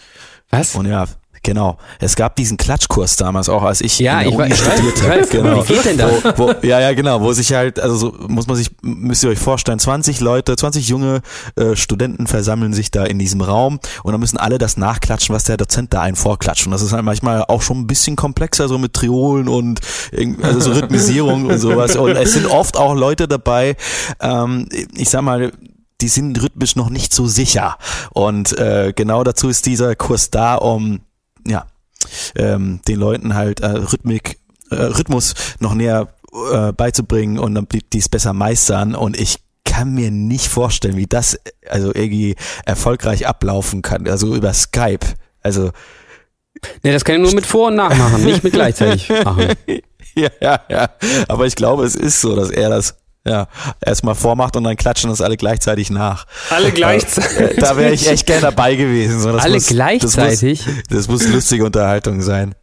A: Was?
D: und ja, genau. Es gab diesen Klatschkurs damals auch, als ich
A: Ja, ich
D: in der Uni
A: weiß, ich
D: studiert
A: weiß, ich
D: habe.
A: weiß. Wie geht denn das?
D: Wo, wo, ja, ja, genau, wo sich halt, also so muss man sich, müsst ihr euch vorstellen, 20 Leute, 20 junge äh, Studenten versammeln sich da in diesem Raum und dann müssen alle das nachklatschen, was der Dozent da einen vorklatscht. Und das ist halt manchmal auch schon ein bisschen komplexer, so mit Triolen und irgend- also so Rhythmisierung und sowas. Und es sind oft auch Leute dabei, ähm, ich sag mal, die sind rhythmisch noch nicht so sicher. Und äh, genau dazu ist dieser Kurs da, um ja, ähm, den Leuten halt äh, Rhythmik, äh, Rhythmus noch näher äh, beizubringen und dann blieb dies besser meistern und ich kann mir nicht vorstellen, wie das äh, also irgendwie erfolgreich ablaufen kann, also über Skype. Also
A: Nee, das kann ich nur mit Vor- und Nachmachen, nicht mit gleichzeitig machen.
D: ja, ja, ja. Aber ich glaube, es ist so, dass er das ja erstmal vormacht und dann klatschen das alle gleichzeitig nach.
C: Alle
D: Äh,
C: gleichzeitig.
D: Da wäre ich echt gern dabei gewesen. So, das
A: Alle
D: muss,
A: gleichzeitig?
D: Das muss, das muss lustige Unterhaltung sein.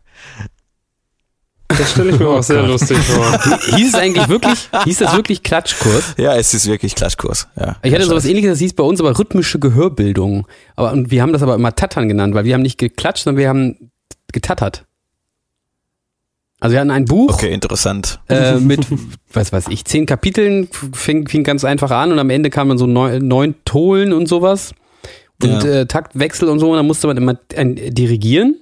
C: Das stelle ich mir auch sehr
A: Oh Gott.
C: lustig vor.
A: Hieß es eigentlich wirklich, hieß das wirklich Klatschkurs?
D: Ja, es ist wirklich Klatschkurs. Ja.
A: Ich hatte sowas ähnliches, das hieß bei uns aber rhythmische Gehörbildung. Aber, und wir haben das aber immer Tattern genannt, weil wir haben nicht geklatscht, sondern wir haben getattert. Also wir hatten ein Buch.
D: Okay, interessant.
A: äh, mit, was weiß ich, zehn Kapiteln, fing, fing ganz einfach an und am Ende kamen dann so neun, neun Tolen und sowas und
D: Ja.
A: äh, Taktwechsel und so und dann musste man immer äh, dirigieren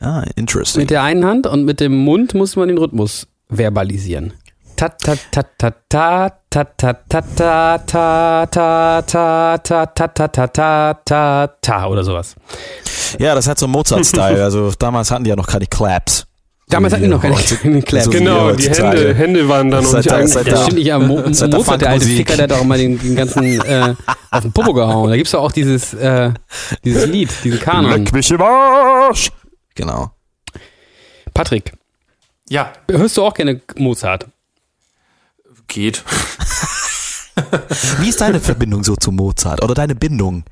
D: Ah, interesting.
A: mit der einen Hand und mit dem Mund musste man den Rhythmus verbalisieren. Ta ta ta ta ta ta ta ta ta ta ta ta ta ta ta ta ta ta ta oder sowas.
D: Ja, das hat so Mozart-Style. Also damals hatten die ja noch keine Claps.
A: Damals hatten wir noch keine Claps.
D: So-
C: genau, die
D: heutzutage.
C: Hände, Hände waren da noch
D: Seit
C: nicht
D: da- seit
C: angeklappt.
A: Das
D: Ja.
A: stimmt nicht, ja, Mo
D: Seit der
A: Mozart, der alte
D: Funkmusik.
A: Ficker, der hat auch immer den, den ganzen äh, auf den Popo gehauen. Da gibt's doch auch dieses, äh, dieses Lied, diese Kanon.
D: Leck mich im Arsch. Genau.
A: Patrick,
B: Ja,
A: hörst du auch gerne Mozart?
B: geht.
D: Wie ist deine Verbindung so zu Mozart oder deine Bindung?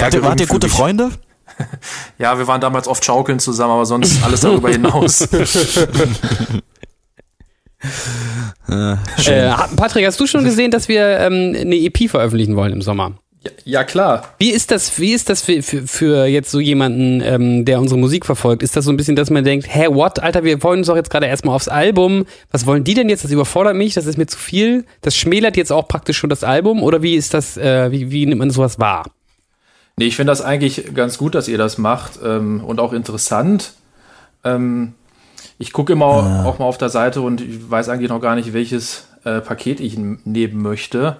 D: Wart ihr, wart ihr gute
B: Freunde?
D: Freunde?
B: Ja, wir waren damals oft schaukeln zusammen, aber sonst alles darüber hinaus.
D: Äh,
A: Äh, Patrick, hast du schon gesehen, dass wir ähm, eine EP veröffentlichen wollen im Sommer?
B: Ja, ja, klar.
A: Wie ist das, wie ist das für, für, für jetzt so jemanden, ähm, der unsere Musik verfolgt? Ist das so ein bisschen, dass man denkt, hä, what? Alter, wir wollen uns doch jetzt gerade erstmal aufs Album. Was wollen die denn jetzt? Das überfordert mich, das ist mir zu viel. Das schmälert jetzt auch praktisch schon das Album. Oder wie ist das, äh, wie, wie nimmt man sowas wahr?
B: Nee, ich finde das eigentlich ganz gut, dass ihr das macht ähm, und auch interessant. Ähm, ich gucke immer auch mal auf der Seite und ich weiß eigentlich noch gar nicht, welches äh, Paket ich n- nehmen möchte.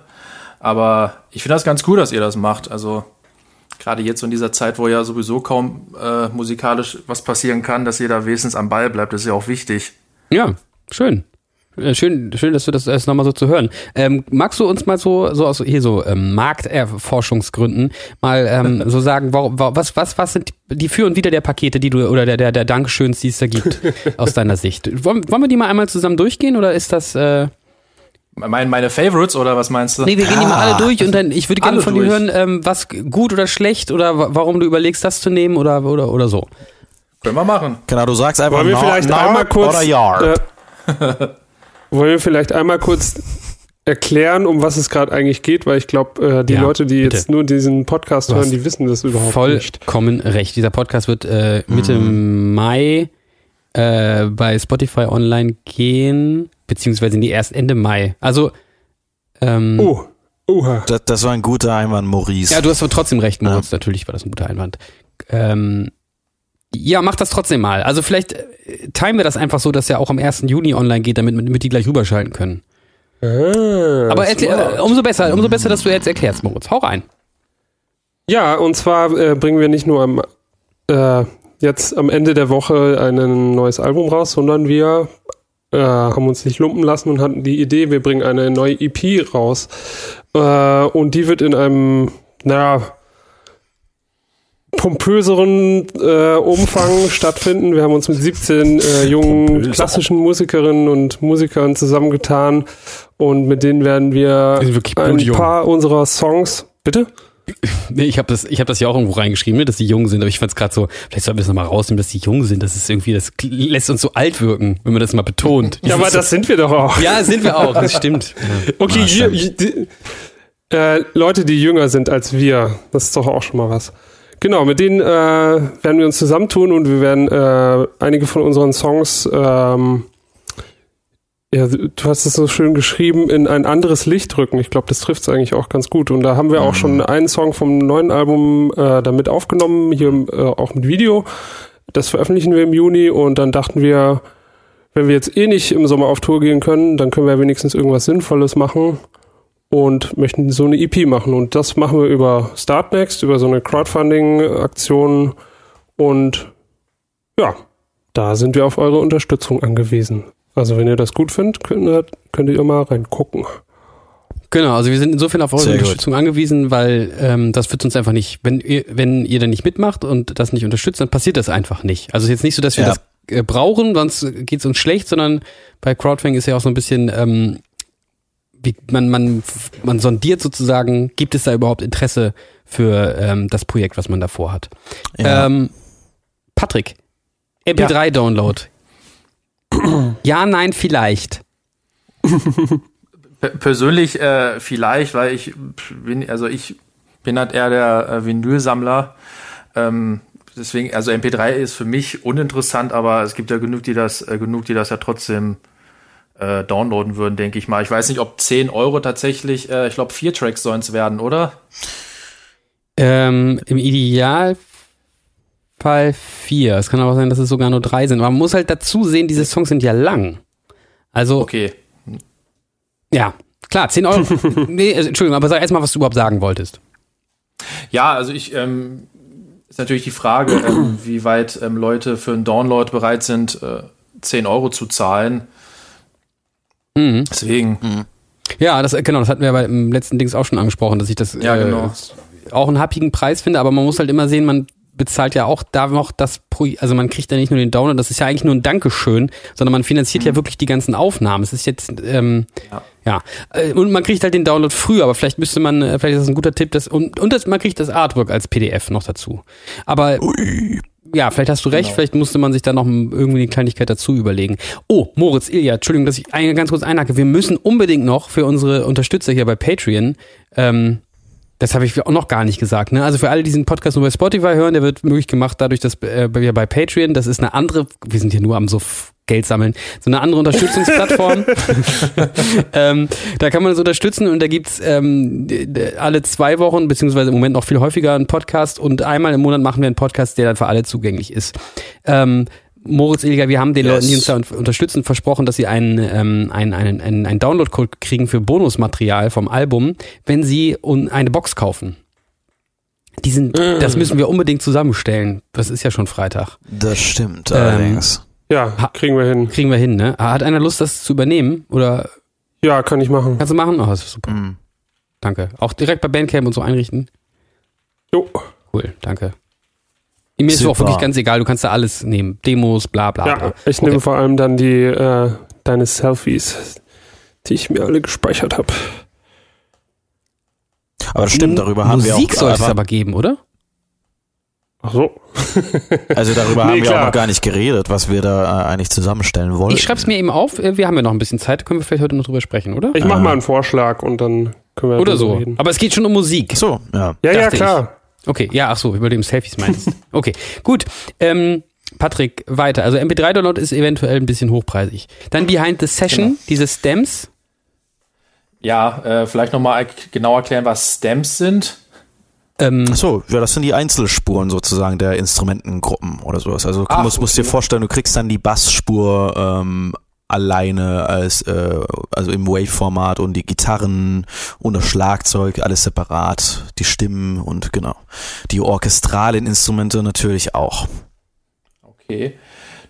B: Aber ich finde das ganz cool, dass ihr das macht. Also gerade jetzt in dieser Zeit, wo ja sowieso kaum äh, musikalisch was passieren kann, dass ihr da wenigstens am Ball bleibt, ist ja auch wichtig.
A: Ja, schön. Äh, Schön, schön, dass du das erst nochmal so zu hören. Ähm, magst du uns mal so, so aus hier so ähm, Markterforschungsgründen mal ähm, so sagen, wa- wa- was, was, was sind die Für und Wider der Pakete, die du oder der, der, der Dankeschöns, die es da gibt, aus deiner Sicht? Wollen, wollen wir die mal einmal zusammen durchgehen oder ist das? Äh,
B: Mein, meine Favorites oder was meinst du?
A: nee, wir gehen die mal alle durch und dann ich würde gerne
B: Ah, also Alle
A: von dir
B: durch.
A: hören, ähm, was g- gut oder schlecht oder wa- warum du überlegst, das zu nehmen oder oder oder so.
B: Können wir machen.
D: Genau, du sagst einfach
C: Wollen wir
D: Nar-
C: vielleicht
D: Narb
C: einmal kurz.
D: oder Yarb.
C: Äh, wollen wir vielleicht einmal kurz erklären, um was es gerade eigentlich geht, weil ich glaube, äh, die
A: Ja,
C: Leute, die
A: bitte.
C: jetzt nur diesen Podcast
A: Du
C: hören,
A: hast
C: die wissen das überhaupt nicht. Mhm.
A: Vollkommen recht. Dieser Podcast wird äh, Mitte Mai äh, bei Spotify online gehen, beziehungsweise nee, erst Ende Mai. Also, ähm,
C: Oh, oha.
D: Das, das war ein guter Einwand, Maurice.
A: ja, du hast trotzdem recht, Moritz. Natürlich war das ein guter Einwand. Ähm, ja, mach das trotzdem mal. Also vielleicht äh, timen wir das einfach so, dass er auch am 1. Juni online geht, damit, damit die gleich rüberschalten können.
C: Ah,
A: Aber
C: smart.
A: erklär, äh, umso besser, umso besser, dass du jetzt erklärst, Moritz. Hau rein.
C: Ja, und zwar äh, bringen wir nicht nur am, äh, jetzt am Ende der Woche ein neues Album raus, sondern wir äh, haben uns nicht lumpen lassen und hatten die Idee, wir bringen eine neue EP raus. Äh, und die wird in einem, naja, pompöseren äh, Umfang stattfinden. Wir haben uns mit 17 äh, jungen klassischen Musikerinnen und Musikern zusammengetan und mit denen werden wir
A: Die sind wirklich
C: ein
A: blutjung.
C: paar unserer Songs. Bitte?
A: Nee, ich habe das, ich hab das ja auch irgendwo reingeschrieben, ne, dass die jung sind, aber ich fand's grad gerade so, vielleicht sollten wir es nochmal rausnehmen, dass die jung sind. Das ist irgendwie, das kl- lässt uns so alt wirken, wenn man das mal betont.
C: Ja, aber das sind wir doch auch.
A: Ja, sind wir auch, das stimmt.
C: Okay,
D: Ah,
C: jü- jü- die, äh, Leute, die jünger sind als wir, das ist doch auch schon mal was. Genau, mit denen äh, werden wir uns zusammentun und wir werden äh, einige von unseren Songs, ähm, ja, du hast es so schön geschrieben, in ein anderes Licht rücken. Ich glaube, das trifft es eigentlich auch ganz gut. Und da haben wir auch schon einen Song vom neuen Album äh, damit aufgenommen, hier äh, auch mit Video. Das veröffentlichen wir im Juni und dann dachten wir, wenn wir jetzt eh nicht im Sommer auf Tour gehen können, dann können wir wenigstens irgendwas Sinnvolles machen und möchten so eine EP machen. Und das machen wir über Startnext, über so eine Crowdfunding-Aktion. Und ja, da sind wir auf eure Unterstützung angewiesen. Also wenn ihr das gut findet, könnt ihr, könnt ihr mal reingucken.
A: Genau, also wir sind insofern auf eure
D: Sehr gut.
A: Unterstützung angewiesen, weil ähm, das wird uns einfach nicht, wenn ihr, wenn ihr dann nicht mitmacht und das nicht unterstützt, dann passiert das einfach nicht. Also es ist jetzt nicht so, dass wir
D: Ja.
A: das äh, brauchen, sonst geht's uns schlecht, sondern bei Crowdfunding ist ja auch so ein bisschen, ähm, wie man, man, man sondiert sozusagen, gibt es da überhaupt Interesse für ähm, das Projekt, was man davor hat.
D: Ja.
A: Ähm, Patrick, MP3-Download. ja, nein, vielleicht.
B: Pe- persönlich äh, vielleicht, weil ich bin, also ich bin halt eher der äh, Vinylsammler. Ähm, deswegen, also MP3 ist für mich uninteressant, aber es gibt ja genug, die das, äh, genug, die das ja trotzdem äh, downloaden würden, denke ich mal. Ich weiß nicht, ob 10 Euro tatsächlich, äh, ich glaube, vier Tracks sollen es werden, oder?
A: Ähm, Im Idealfall vier. Es kann aber auch sein, dass es sogar nur drei sind. Aber man muss halt dazu sehen, diese Songs sind ja lang. Also,
B: Okay.
A: ja, klar, 10 Euro. nee, äh, Entschuldigung, aber sag erstmal, was du überhaupt sagen wolltest.
B: Ja, also ich ähm, ist natürlich die Frage, ähm, wie weit ähm, Leute für einen Download bereit sind, äh, 10 Euro zu zahlen. Deswegen.
A: Ja, das, äh, genau, das hatten wir bei im letzten Dings auch schon angesprochen, dass ich das
B: Ja,
A: äh,
B: genau.
A: auch einen happigen Preis finde, aber man muss halt immer sehen, man bezahlt ja auch da noch das, Pro also man kriegt ja nicht nur den Download, das ist ja eigentlich nur ein Dankeschön, sondern man finanziert
B: Mhm.
A: ja wirklich die ganzen Aufnahmen. Es ist jetzt, ähm, ja. ja. Äh, Und man kriegt halt den Download früher, aber vielleicht müsste man, äh, vielleicht ist das ein guter Tipp, dass, und, und das, man kriegt das Artwork als PDF noch dazu. Aber ja, vielleicht hast du recht, vielleicht musste man sich da noch irgendwie eine Kleinigkeit dazu überlegen. Oh, Moritz, Ilja, Entschuldigung, dass ich ein, ganz kurz einhacke. Wir müssen unbedingt noch für unsere Unterstützer hier bei Patreon, ähm, das habe ich auch noch gar nicht gesagt, ne? Also für alle, die diesen Podcast nur bei Spotify hören, der wird möglich gemacht dadurch, dass äh, wir bei Patreon, das ist eine andere, wir sind hier nur am so Geld sammeln, so eine andere Unterstützungsplattform. ähm, da kann man uns unterstützen und da gibt's ähm, d- d- alle zwei Wochen, beziehungsweise im Moment noch viel häufiger einen Podcast und einmal im Monat machen wir einen Podcast, der dann für alle zugänglich ist. Ähm, Moritz Ilger, wir haben den
D: Yes.
A: Leuten, die uns da un- unterstützen, versprochen, dass sie einen, ähm, einen, einen, einen, einen Download-Code kriegen für Bonusmaterial vom Album, wenn sie un- eine Box kaufen. Die sind, das müssen wir unbedingt zusammenstellen. Das ist ja schon Freitag.
D: Das stimmt
A: Ähm,
D: allerdings.
A: Ha-
C: Ja, kriegen wir hin.
A: Kriegen wir hin, ne? Ah, Hat einer Lust, das zu übernehmen? Oder
C: Ja, kann ich machen.
A: kannst du machen? Oh, das ist super.
D: Mhm.
A: Danke. Auch direkt bei Bandcamp und so einrichten?
C: Jo.
A: Cool, danke. Mir ist
D: Super.
A: auch wirklich ganz egal, du kannst da alles nehmen. Demos, bla bla bla.
C: Ja, ich nehme vor allem dann die äh, deine Selfies, die ich mir alle gespeichert habe.
D: Aber das stimmt, darüber haben
A: Musik
D: wir auch.
A: Musik soll es
D: aber-
A: aber geben, oder?
C: Ach so.
D: Also darüber
C: Nee,
D: haben wir auch
C: klar.
D: noch gar nicht geredet, was wir da äh, eigentlich zusammenstellen wollen.
A: Ich schreib's mir eben auf, äh, wir haben ja noch ein bisschen Zeit, können wir vielleicht heute noch drüber sprechen, oder?
C: Ich mache mal einen Vorschlag und dann können wir
A: Äh. Oder
C: darüber
A: so.
C: reden.
A: Aber es geht schon um Musik.
D: So, ja.
C: Ja, ja,
A: dachte ich.
C: klar.
A: Okay, ja, ach so, über dem Selfies meinst. Okay, gut. Ähm, Patrick, weiter. Also MP3-Download ist eventuell ein bisschen hochpreisig. Dann Behind the Session,
D: Genau.
A: diese Stems.
B: Ja, äh, vielleicht nochmal genau erklären, was Stamps sind.
A: Ähm,
D: Ach So, ja, das sind die Einzelspuren sozusagen der Instrumentengruppen oder sowas. Also du
B: Ach,
D: musst, musst dir
B: okay.
D: vorstellen, du kriegst dann die Bassspur ähm, alleine als äh, also im Wave-Format und die Gitarren und das Schlagzeug alles separat, die Stimmen und genau die orchestralen Instrumente natürlich auch.
B: Okay.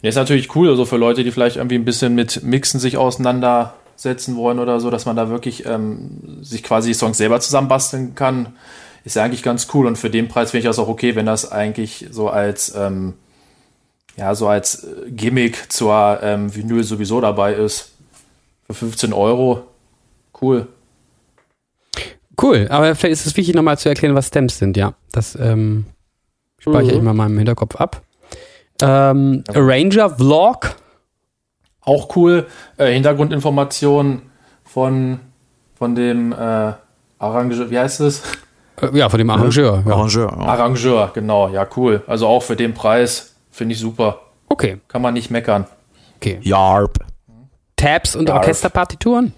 B: Nee, ist natürlich cool, also für Leute, die vielleicht irgendwie ein bisschen mit Mixen sich auseinandersetzen wollen oder so, dass man da wirklich ähm, sich quasi die Songs selber zusammenbasteln kann, ist ja eigentlich ganz cool. Und für den Preis finde ich das auch okay, wenn das eigentlich so als ähm, ja, so als äh, Gimmick zur ähm, Vinyl sowieso dabei ist. Für 15 Euro. Cool.
A: cool, aber vielleicht ist es wichtig, nochmal zu erklären, was Stems sind, ja. Das ähm, speichere ich mal in meinem Hinterkopf ab. Ähm, Arranger Vlog.
B: Auch cool. Äh, Hintergrundinformationen von, von dem äh, Arrangeur, wie heißt es?
A: Äh, ja, von dem Arrangeur. Ja.
D: Arrangeur. Ja.
B: Arrangeur, genau, ja, cool. Also auch für den Preis finde ich super.
A: Okay,
B: Kann man nicht meckern.
A: okay.
D: Yarp.
A: Tabs und
B: Ja.
A: Orchesterpartituren.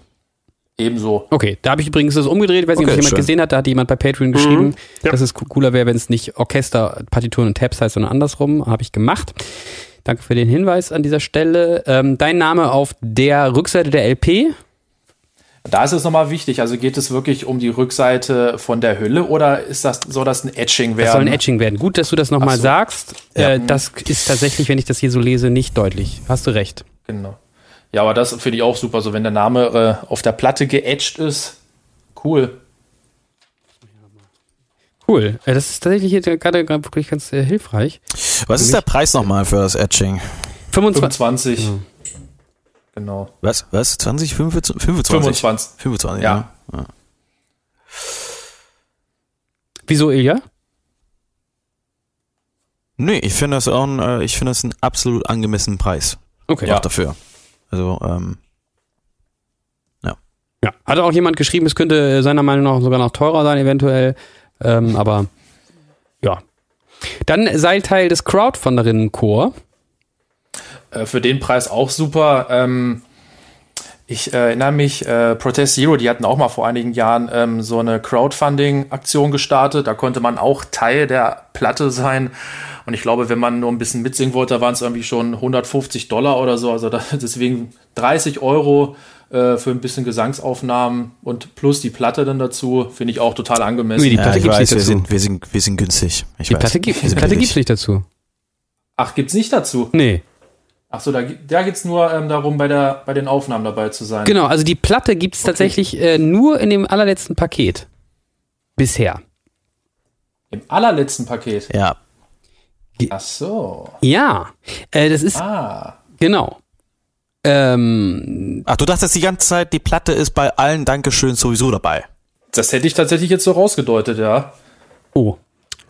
B: Ebenso.
A: Okay, da habe ich übrigens das umgedreht, weiß nicht, ob
D: Okay,
A: das jemand
D: schön.
A: gesehen hat, da hat jemand bei Patreon geschrieben,
C: Ja.
A: dass es co- cooler wäre, wenn es nicht Orchester, Partituren und Tabs heißt, sondern andersrum, habe ich gemacht. Danke für den Hinweis an dieser Stelle. Ähm, dein Name auf der Rückseite der LP,
B: Da ist es nochmal wichtig. Also geht es wirklich um die Rückseite von der Hülle oder ist das, soll das ein Etching werden?
A: das soll ein Etching werden. Gut, dass du das
B: ne? Ach
A: nochmal
B: so.
A: sagst. Äh, das ist tatsächlich, wenn ich das hier so lese, nicht deutlich. Hast du recht.
B: Genau. Ja, aber das finde ich auch super. So, wenn der Name äh, auf der Platte geetcht ist, cool.
A: Cool. Äh, das ist tatsächlich hier gerade gerade wirklich ganz äh, hilfreich.
D: Was ist der Preis nochmal für das Etching?
A: 25,
B: 25.
A: Mhm.
B: Genau.
D: Was? Was? 20? 25? 25.
B: 25.
D: 25
B: Ja.
D: ja.
A: wieso, Ilja?
D: Nee, ich finde das auch ein, äh, ich finde das einen absolut angemessenen Preis
A: Okay.
D: auch dafür. Also ähm,
A: Ja, hat auch jemand geschrieben, es könnte äh, seiner Meinung nach sogar noch teurer sein, eventuell. Ähm, aber ja. Dann sei Teil des Crowdfunderinnen-Chor.
B: Äh, für den Preis auch super. Ähm, ich äh, erinnere mich, äh, Protest Zero, die hatten auch mal vor einigen Jahren ähm, so eine Crowdfunding-Aktion gestartet. Da konnte man auch Teil der Platte sein. Und ich glaube, wenn man nur ein bisschen mitsingen wollte, da waren es irgendwie schon 150 Dollar oder so. Also da, deswegen 30 Euro äh, für ein bisschen Gesangsaufnahmen und plus die Platte dann dazu, finde ich auch total angemessen.
A: Nee, die-
D: ja,
A: Platte
D: ich
A: gibt's
D: weiß,
A: nicht
D: wir
A: dazu.
D: sind, wir sind, wir sind günstig. Ich
A: Die
D: weiß.
A: Platte, gibt,
D: Wir
A: die
D: sind
A: Platte
D: billig.
A: gibt's nicht dazu.
B: Ach, gibt's nicht dazu.
A: Nee.
B: Ach so, da, gi- da geht's nur ähm, darum, bei, der, bei den Aufnahmen dabei zu sein.
A: Genau, also die Platte gibt's tatsächlich äh, nur in dem allerletzten Paket. Bisher.
B: Im allerletzten Paket.
D: Ja,
B: Ach so.
A: Ja, äh, das ist,
B: Ah.
A: genau. Ähm,
D: Ach, du dachtest die ganze Zeit, die Platte ist bei allen Dankeschöns sowieso dabei.
B: Das hätte ich tatsächlich jetzt so rausgedeutet, ja.
A: oh,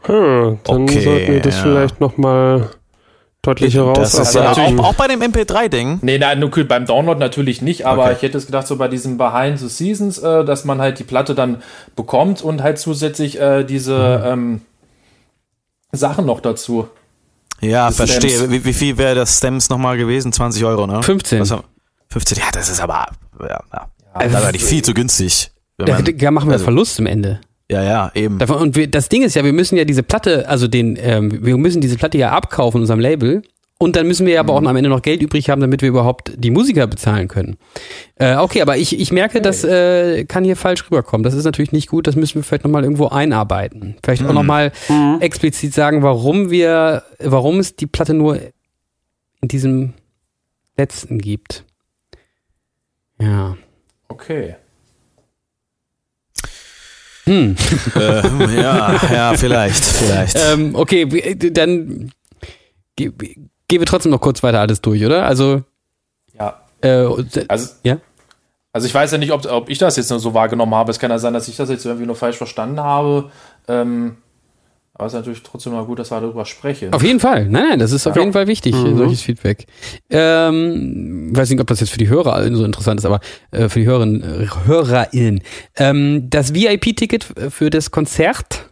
C: Hm, dann
D: Okay,
C: sollten wir das
D: ja.
C: vielleicht nochmal deutlicher
D: Das ist ja
B: natürlich-
D: auch, auch bei dem MP3-Ding.
B: Nee, nein, nur beim Download natürlich nicht, aber
D: Okay.
B: ich hätte es gedacht, so bei diesem Behind the Seasons, äh, dass man halt die Platte dann bekommt und halt zusätzlich äh, diese ähm, Sachen noch dazu.
D: Ja,
B: Das
D: verstehe.
B: Stems.
D: Wie, wie viel wäre das Stems nochmal gewesen? 20 Euro, ne?
A: 15.
D: Was haben- 15, ja, das ist aber, ja, ja.
A: Also
D: Das
A: das
D: war nicht viel zu günstig. Wenn
A: da,
D: man-
A: da machen wir
D: also-
A: Verlust am Ende.
D: ja, ja, eben.
A: Davon, und wir, das Ding ist ja, wir müssen ja diese Platte, also den, ähm, wir müssen diese Platte ja abkaufen unserem Label. Und dann müssen wir ja aber
D: Mhm.
A: auch am Ende noch Geld übrig haben, damit wir überhaupt die Musiker bezahlen können. Äh, okay, aber ich, ich merke, das äh, kann hier falsch rüberkommen. Das ist natürlich nicht gut. Das müssen wir vielleicht nochmal irgendwo einarbeiten. Vielleicht
D: Mhm.
A: auch nochmal mal explizit sagen, warum wir, warum es die Platte nur in diesem letzten gibt. Ja.
B: Okay.
A: Hm.
D: äh, ja, ja, vielleicht, vielleicht.
A: Ähm, okay, w- dann ge- gehen wir trotzdem noch kurz weiter alles durch, oder? Also,
B: Ja.
A: äh,
B: Also,
A: Ja?
B: also ich weiß ja nicht, ob, ob ich das jetzt nur so wahrgenommen habe. Es kann ja sein, dass ich das jetzt irgendwie nur falsch verstanden habe. Ähm, aber es ist natürlich trotzdem mal gut, dass wir darüber sprechen.
A: auf jeden Fall. Nein, nein, das ist auf
B: Ja.
A: jeden Fall wichtig,
C: Mhm.
A: solches Feedback. Ähm, weiß nicht, ob das jetzt für die Hörer allen so interessant ist, aber äh, für die Hörerinnen, äh, HörerInnen. Ähm, das VIP-Ticket für das Konzert.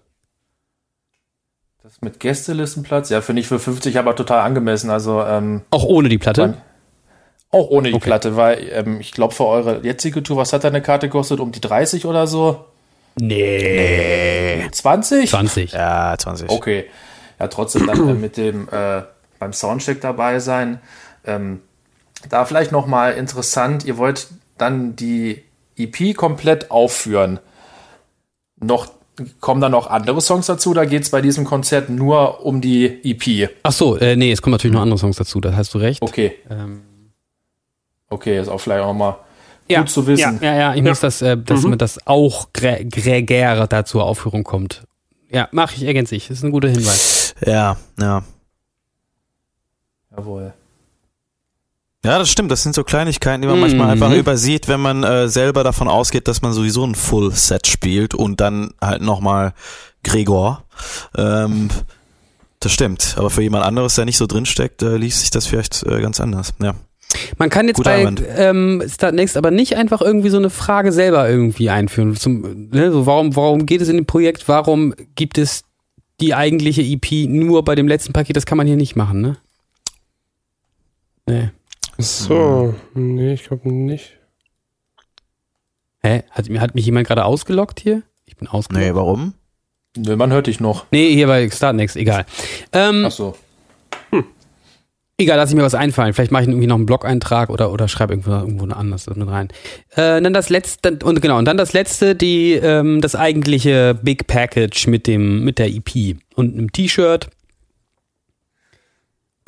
B: Das mit Gästelistenplatz, ja, finde ich für 50 aber total angemessen. Also ähm,
A: Auch ohne die Platte.
B: Man- auch ohne die
A: Okay.
B: Platte, weil ähm, ich glaube, für eure jetzige Tour, was hat da eine Karte gekostet? Um die 30 oder so?
A: Nee.
B: 20?
A: 20.
D: ja, 20.
B: Okay. Ja, trotzdem dann äh, mit dem äh, beim Soundcheck dabei sein. Ähm, da vielleicht nochmal interessant, ihr wollt dann die EP komplett aufführen. Noch kommen dann noch andere Songs dazu, da geht es bei diesem Konzert nur um die EP.
A: Ach so, äh, nee, es kommen natürlich noch andere Songs dazu, da hast du recht.
B: Okay,
A: Ähm,
B: okay, ist auch vielleicht auch nochmal
A: ja.
B: gut zu wissen.
A: Ja, ja, ich muss das, äh, dass
C: Mhm.
A: man das auch grä grägäre da zur Aufführung kommt. Ja, mache ich, ergänze ich. Das ist ein guter Hinweis.
D: Ja, ja.
B: Jawohl.
D: Ja, das stimmt. Das sind so Kleinigkeiten, die man
A: Mhm.
D: manchmal einfach übersieht, wenn man äh, selber davon ausgeht, dass man sowieso ein Full-Set spielt und dann halt nochmal Gregor. Ähm, das stimmt. Aber für jemand anderes, der nicht so drinsteckt, äh, liest sich das vielleicht äh, ganz anders. Ja.
A: Man kann jetzt
D: Guter
A: bei
D: Einwand.
A: ähm, Start Next aber nicht einfach irgendwie so eine Frage selber irgendwie einführen. Zum, ne, so warum, warum geht es in dem Projekt? Warum gibt es die eigentliche EP nur bei dem letzten Paket? Das kann man hier nicht machen, ne? Nee.
C: So, nee, ich glaube nicht.
A: Hä? Hat, hat mich jemand gerade ausgelockt hier? Ich bin ausgelockt.
D: Nee, warum?
B: Nö, man hört dich noch.
A: Nee, hier bei Start Next, egal. Ähm,
B: Ach so.
A: Egal, lass ich mir was einfallen. Vielleicht mache ich irgendwie noch einen Blog-Eintrag oder, oder schreibe irgendwo, irgendwo anders mit rein. Äh, dann das letzte, und genau, und dann das letzte, die, ähm, das eigentliche Big Package mit dem, mit der EP und einem T-Shirt.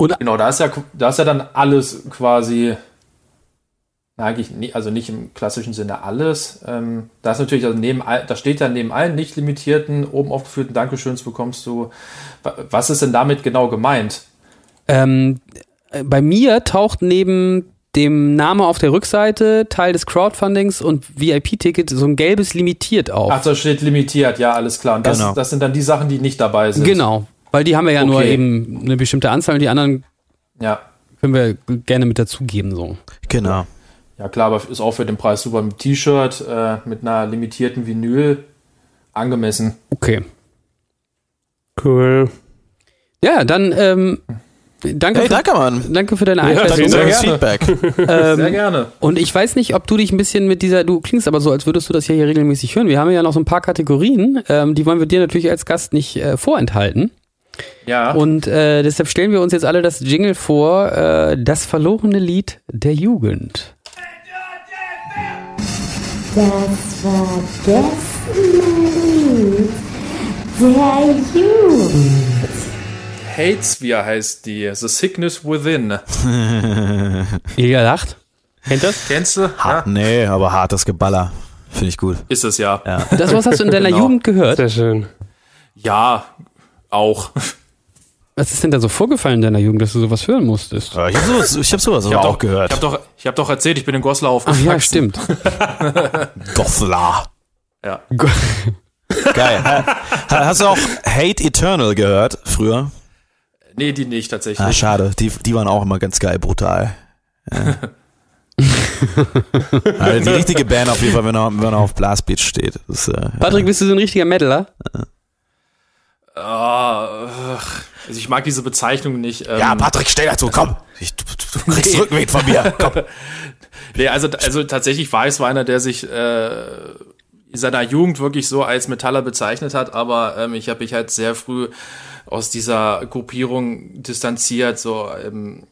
B: Genau, da ist ja, da ist ja dann alles quasi, na, eigentlich nie, also nicht im klassischen Sinne alles. Ähm, da ist natürlich, also neben all, da steht ja neben allen nicht limitierten, oben aufgeführten Dankeschöns bekommst du. Wa- Was ist denn damit genau gemeint?
A: Ähm, äh, bei mir taucht neben dem Name auf der Rückseite, Teil des Crowdfundings und VIP-Ticket so ein gelbes limitiert auf.
B: Ach, da steht limitiert, ja, alles klar. Und das,
D: Genau.
B: das sind dann die Sachen, die nicht dabei sind.
A: genau, weil die haben wir ja nur
B: Okay.
A: eben eine bestimmte Anzahl und die anderen
B: Ja.
A: können wir gerne mit dazugeben, so.
D: Genau.
B: Ja, klar, aber ist auch für den Preis super. Mit T-Shirt, äh, mit einer limitierten Vinyl angemessen.
A: Okay.
C: Cool.
A: Ja, dann, ähm, danke.
D: Hey,
A: für-
D: danke, Mann.
A: Danke für deine
C: Ja,
A: Einschätzung.
D: Danke
B: sehr
D: für das
B: gerne.
D: Feedback.
A: Ähm,
B: Sehr gerne.
A: und ich weiß nicht, ob du dich ein bisschen mit dieser, du klingst aber so, als würdest du das ja hier regelmäßig hören. Wir haben ja noch so ein paar Kategorien, ähm, die wollen wir dir natürlich als Gast nicht äh, vorenthalten.
B: Ja.
A: Und äh, deshalb stellen wir uns jetzt alle das Jingle vor, äh, das verlorene Lied der Jugend.
E: Das vergessene Lied der Jugend.
B: Hatesphere heißt die. The Sickness Within.
A: Ihr lacht. Kennt das?
B: Kennst du? Ja.
D: nee, aber hartes Geballer. Finde ich gut.
B: Ist es ja.
A: Das, was hast du in deiner
B: Genau.
A: Jugend gehört?
C: Sehr schön.
B: Ja, auch.
A: Was ist denn da so vorgefallen in deiner Jugend, dass du sowas hören musstest?
D: Ja, Ich habe sowas, ich hab sowas
B: Ich
D: aber
B: hab
D: auch
B: doch,
D: gehört.
B: Ich habe doch, ich hab doch erzählt, ich bin in Goslar
A: Ach
B: aufgewachsen.
A: ja, stimmt.
D: Gothla.
B: Ja.
D: Geil. Ha- Hast du auch Hate Eternal gehört früher?
B: Nee, die nicht tatsächlich.
D: Ah, schade. Die, die waren auch immer ganz geil brutal. Ja. also die richtige Band auf jeden Fall, wenn er, wenn er auf Blastbeat steht. Das, äh,
A: Patrick, bist du so ein richtiger Meddler?
B: Ah, ach. also ich mag diese Bezeichnung nicht. Ähm,
D: ja, Patrick, stell dazu, komm. Ich, du, du du kriegst
B: Nee.
D: Rückenwind von mir. Komm.
B: Nee, also, also tatsächlich war ich so einer, der sich äh, in seiner Jugend wirklich so als Metaller bezeichnet hat, aber ähm, ich habe mich halt sehr früh aus dieser Gruppierung distanziert, so ähm,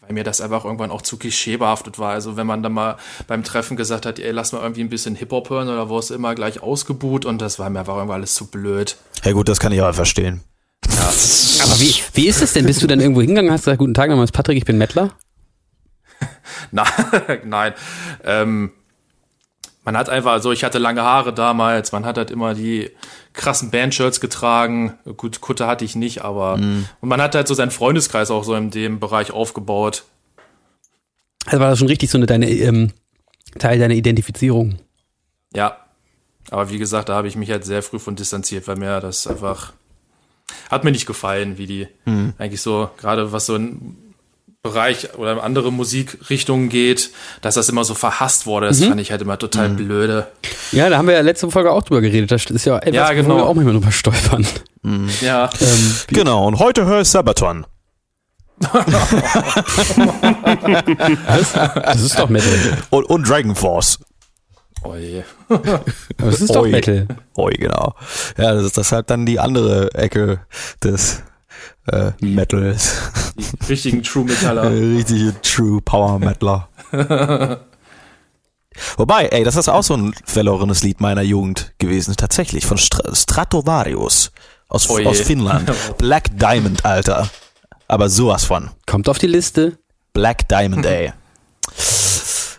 B: weil mir das einfach irgendwann auch zu klischeebehaftet war. Also wenn man dann mal beim Treffen gesagt hat, ey, lass mal irgendwie ein bisschen Hip-Hop hören oder wo es immer gleich ausgebuht und das war mir einfach irgendwann alles zu blöd.
D: Ja gut, das kann ich aber verstehen.
A: Aber wie, wie ist das denn? Bist du dann irgendwo hingegangen, hast gesagt, guten Tag, mein Name ist Patrick, ich bin Mettler?
B: Na, nein. Ähm, man hat einfach, also ich hatte lange Haare damals, man hat halt immer die krassen Bandshirts getragen. Gut, Kutte hatte ich nicht, aber. Und man hat halt so seinen Freundeskreis auch so in dem Bereich aufgebaut.
A: Also war das schon richtig so eine deine, ähm, Teil deiner Identifizierung?
B: Ja. Aber wie gesagt, da habe ich mich halt sehr früh von distanziert, weil mir das einfach. Hat mir nicht gefallen, wie die eigentlich so, gerade was so in Bereich oder in andere Musikrichtungen geht, dass das immer so verhasst wurde. Das fand ich halt immer total blöde.
A: Ja, da haben wir ja letzte Folge auch drüber geredet. Das ist ja etwas,
B: Ja,
A: wo
B: genau.
A: wir auch manchmal drüber stolpern.
B: Ja.
A: Ähm,
D: Genau, und heute höre ich Sabaton.
A: Das, das ist doch Metal.
D: Und, und Dragon Force.
B: Oh je.
A: Aber Das ist doch
D: Oi.
A: Metal.
D: Oi, genau. Ja, das ist deshalb dann die andere Ecke des äh, Metals.
B: richtigen True Metaller.
D: Richtige True Power Metaler. Wobei, ey, das ist auch so ein verlorenes Lied meiner Jugend gewesen, tatsächlich, von Str Stratovarius aus,
B: Oh je.
D: aus Finnland. Black Diamond, Alter. Aber sowas von.
A: Kommt auf die Liste.
D: Black Diamond, ey.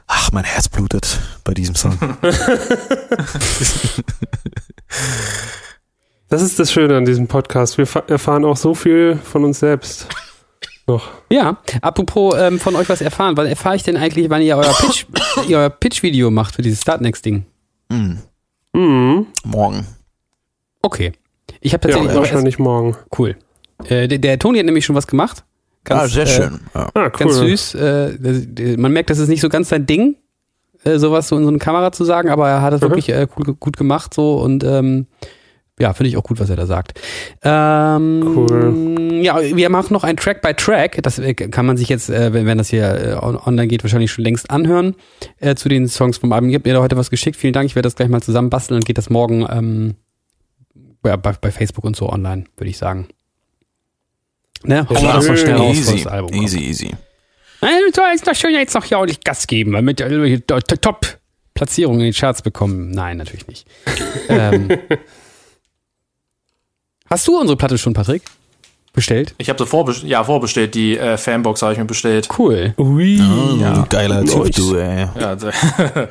D: Ach, mein Herz blutet bei diesem Song.
C: Das ist das Schöne an diesem Podcast. Wir fa- erfahren auch so viel von uns selbst. Noch.
A: Ja, apropos ähm, von euch was erfahren. Wann erfahre ich denn eigentlich, wann ihr euer Pitch, ihr euer Pitch-Video macht für dieses Startnext-Ding?
D: Mm,
C: Mhm.
D: morgen.
A: Okay. Ich habe
C: Ja,
A: tatsächlich auch erst,
C: wahrscheinlich morgen.
A: cool. Äh, der, der Toni hat nämlich schon was gemacht. Ganz,
D: ah, sehr
A: äh,
D: schön. Ja.
C: Ah, cool.
A: Ganz süß. Äh, das, äh, man merkt, das ist nicht so ganz sein Ding, äh, sowas so in so eine Kamera zu sagen, aber er hat das
C: Mhm.
A: wirklich äh, gut, gut gemacht so und ähm, ja, finde ich auch gut, was er da sagt. Ähm,
C: Cool.
A: Ja, wir machen noch ein Track by Track. Das äh, kann man sich jetzt, äh, wenn, wenn das hier äh, on- online geht, wahrscheinlich schon längst anhören äh, zu den Songs vom Album. Ihr habt mir da heute was geschickt. Vielen Dank. Ich werde das gleich mal zusammenbasteln und geht das morgen ähm, ja, bei, bei Facebook und so online, würde ich sagen. Ne? Hauen wir das mal schnell raus, bevor
D: easy,
A: das Album kommt.
D: easy, easy.
A: Nein, so ist doch schön jetzt noch hier ordentlich Gas geben, damit wir hier to- to- top Platzierungen in den Charts bekommen. Nein, natürlich nicht. ähm, hast du unsere Platte schon, Patrick? Bestellt?
B: Ich habe sie vorbe ja, vorbestellt, die äh, Fanbox habe ich mir bestellt.
A: Cool.
C: Ui.
D: Oh, du geiler Typ, du, ey.
B: Ja, also-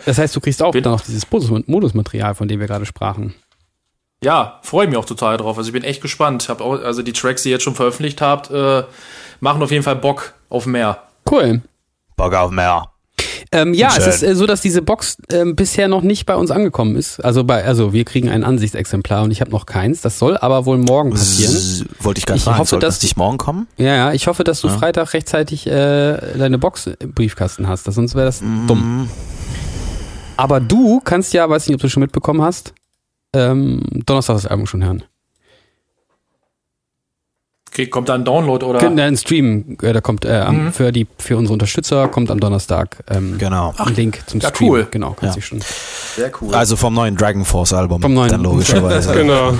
A: Das heißt, du kriegst auch
B: Bin-
A: dann noch dieses Bonus- Modusmaterial, von dem wir gerade sprachen.
B: ja freue mich auch total drauf. Also ich bin echt gespannt. Hab auch, also die Tracks, die ihr jetzt schon veröffentlicht habt, äh, machen auf jeden Fall Bock auf mehr.
A: Cool.
D: Bock auf mehr.
A: Ähm, ja,
D: Schön.
A: es ist äh, so, dass diese Box ähm, bisher noch nicht bei uns angekommen ist. Also bei, also wir kriegen ein Ansichtsexemplar und ich habe noch keins. Das soll aber wohl morgen passieren.
D: S- Wollte ich gerade
A: Ich
D: sagen,
A: hoffe,
D: sollte
A: dass-
D: das nicht morgen kommen?
A: Ja, ja, ich hoffe, dass du
D: Ja.
A: Freitag rechtzeitig äh, deine Box im Briefkasten hast, das- sonst wäre das dumm. Aber du kannst ja, weiß nicht, ob du schon mitbekommen hast, ähm, Donnerstag das Album schon hören.
B: Krieg, kommt da ein Download oder?
A: Können dann Stream, äh, da kommt äh, am, für die für unsere Unterstützer kommt am Donnerstag ähm,
D: Genau.
A: ein Link zum
B: ja,
A: Stream.
B: cool.
A: Genau, kannst
D: Ja.
A: dich schon.
B: Sehr cool.
D: Also vom neuen Dragon Force Album.
A: Vom neuen.
D: Dann logischerweise.
C: Genau.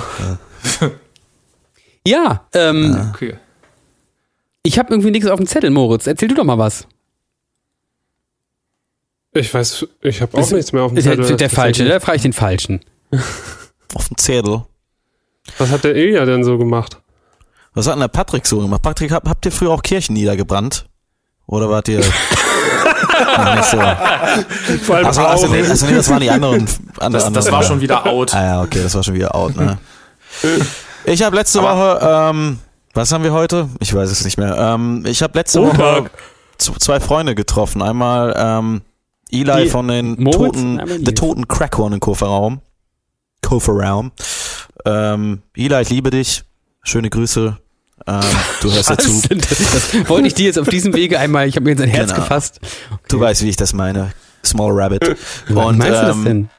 A: Ja, ähm,
B: okay.
A: ich habe irgendwie nichts auf dem Zettel, Moritz. Erzähl du doch mal was.
C: Ich weiß, ich habe auch
A: Ist-
C: nichts mehr auf dem
A: Ist ja
C: halt
A: der,
C: Zettel.
A: der falsche,
C: tatsächlich.
A: da frage ich den falschen.
D: Auf dem Zettel.
A: ne?
C: Was hat der Ilja denn so gemacht?
D: Was hat denn der Patrick so gemacht? Patrick, hab, habt ihr früher auch Kirchen niedergebrannt? Oder wart ihr. Nein, nicht so.
C: Vor allem
D: Achso, also, nee, also, nee, das waren die anderen.
B: Das,
D: andere-
B: das
D: andere-
B: war schon wieder out.
D: Ah ja, okay, das war schon wieder out, ne? Ich habe letzte Woche ähm, Was haben wir heute? Ich weiß es nicht mehr. Ähm, ich habe letzte Woche
A: Montag.
D: z- zwei Freunde getroffen. Einmal ähm, Eli
A: Die-
D: von den
A: Moritz?
D: toten,
A: Nein, aber
D: der
A: die-
D: toten Crackhorn in Kofferraum. Kofferraum. Ähm, Eli, ich liebe dich. Schöne Grüße. Ähm, du hörst dazu.
A: Was denn das? Das Wollte ich dir jetzt auf diesem Wege einmal, ich habe mir jetzt ein Herz
D: Genau.
A: gefasst.
D: Du weißt, wie ich das meine. Small Rabbit.
A: Was
D: Und,
A: meinst du das
D: ähm,
A: denn?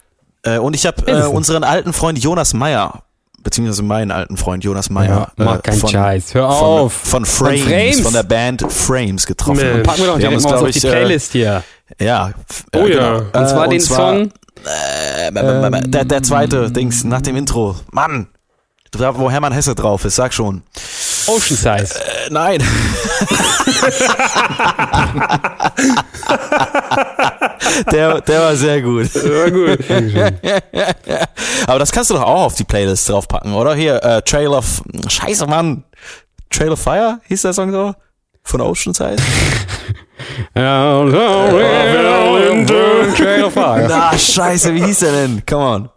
D: Äh, und ich habe äh,
A: Mindestens.
D: unseren alten Freund Jonas Meyer, beziehungsweise meinen alten Freund Jonas Meyer.
A: Ah Ja, mach
D: äh,
A: keinen
D: von,
A: Scheiß. Hör
D: Von,
A: auf.
D: von, Frames, von
A: Frames.
D: der Band Frames getroffen.
C: Nee.
D: Und
A: Packen wir doch
D: Wir haben
A: direkt
D: uns,
A: mal was
D: glaub
A: auf die
D: ich, äh,
A: Playlist hier.
D: Ja. f-
C: Oh
D: äh,
C: ja.
D: genau.
A: Und zwar
D: Äh,
A: den Song.
D: äh, b-
A: Ähm,
D: b- b- der, der zweite Dings nach dem Intro. Mann! Du weißt, wo Hermann Hesse drauf ist, sag schon.
A: Ocean Size.
D: Äh, nein. der, der war sehr gut.
C: Ja, gut.
D: Aber das kannst du doch auch auf die Playlist draufpacken, oder? Hier, äh, Trail of. Scheiße, Mann. Trail of Fire hieß der Song so? Von Oceanside?
A: Ja,
D: Na, scheiße, wie hieß der denn? Come on.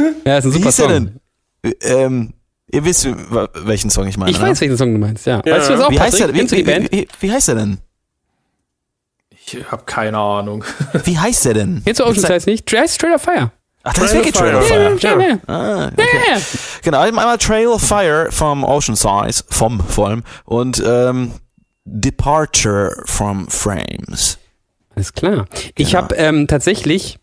A: ist ein
D: Wie
A: super
D: hieß der
A: Song.
D: denn? Äh, Ähm, ihr wisst, w- welchen Song ich meine.
A: Ich weiß, welchen Song du meinst, ja. Weißt du das auch,
D: Wie heißt,
A: Patrick?
D: der, wie,
A: Kennst du die
D: wie,
A: Band?
D: wie, wie, wie heißt der denn?
B: Ich habe keine Ahnung.
D: Wie heißt der denn?
A: Kennst du Ocean Size nicht? Trail Trail of Fire.
D: Ach, das ist
C: Trail
D: wirklich
C: of
D: Trail
C: Fire.
D: of Fire.
C: Ja.
A: Ja.
D: Ah, okay. Genau, eben einmal Trail of Fire vom Ocean Size, vom vor allem, und ähm, Departure from Frames.
A: Alles klar. Ich
D: Genau.
A: habe ähm, tatsächlich,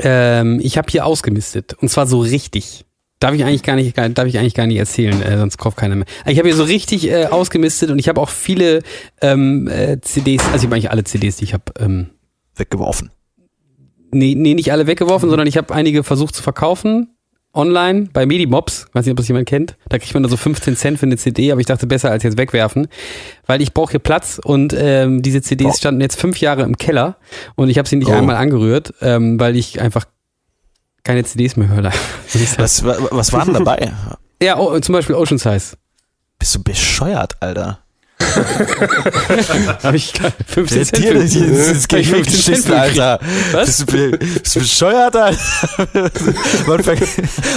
A: ähm, ich habe hier ausgemistet und zwar so richtig. Darf ich eigentlich gar nicht, gar- darf ich eigentlich gar nicht erzählen, äh, sonst kauft keiner mehr. Ich habe hier so richtig äh, ausgemistet und ich habe auch viele ähm, äh, CDs, also ich meine nicht alle CDs, die ich habe. Ähm,
D: Weggeworfen.
A: Nee, nee, nicht alle weggeworfen, sondern ich habe einige versucht zu verkaufen. Online bei Medimobs, weiß nicht, ob das jemand kennt. Da kriegt man da so 15 Cent für eine CD, aber ich dachte besser als jetzt wegwerfen, weil ich brauche hier Platz und ähm, diese CDs
D: Wow.
A: standen jetzt fünf Jahre im Keller und ich habe sie nicht
D: Oh.
A: einmal angerührt, ähm, weil ich einfach keine CDs mehr höre. halt
D: Was, wa- was war denn dabei?
A: ja, oh, zum Beispiel Ocean Size.
D: Bist du bescheuert, Alter?
A: Habe ich 15 Cent.
D: Dir-
A: Für.
D: das ist
A: Hab ich 15 Cent
D: geschissen,
A: für gekriegt.
D: Alter.
A: Was?
D: Bist du, be- bist du bescheuert, Alter? Man, verk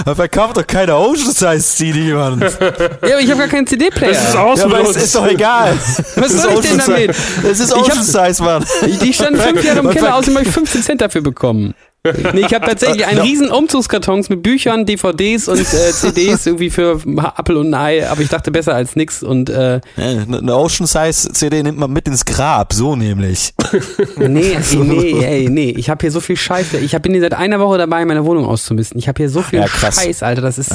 D: man verkauft doch keine Ocean Size CD, Mann.
A: Ja, aber ich habe gar keinen
C: Das ist
A: CD-Player.
C: aus
D: Ja, aber es ist doch egal.
A: Was soll ich denn damit?
D: Es ist Ocean Size, Mann.
A: Die standen fünf Jahre im
D: Man
A: Keller, außerdem habe ich 15 Cent dafür bekommen. Nee, ich habe tatsächlich einen
D: Ja.
A: riesen Umzugskartons mit Büchern, DVDs und äh, CDs irgendwie für Apple und ein Ei, aber ich dachte besser als nix und äh,
D: Ja, Eine Ocean Size CD nimmt man mit ins Grab, so nämlich.
A: nee, ey, nee, ey, nee, ich habe hier so viel Scheiße. Ich hab, bin hier seit einer Woche dabei, meine Wohnung auszumisten. Ich habe hier so viel
D: Ja, krass.
A: Scheiß, Alter, das ist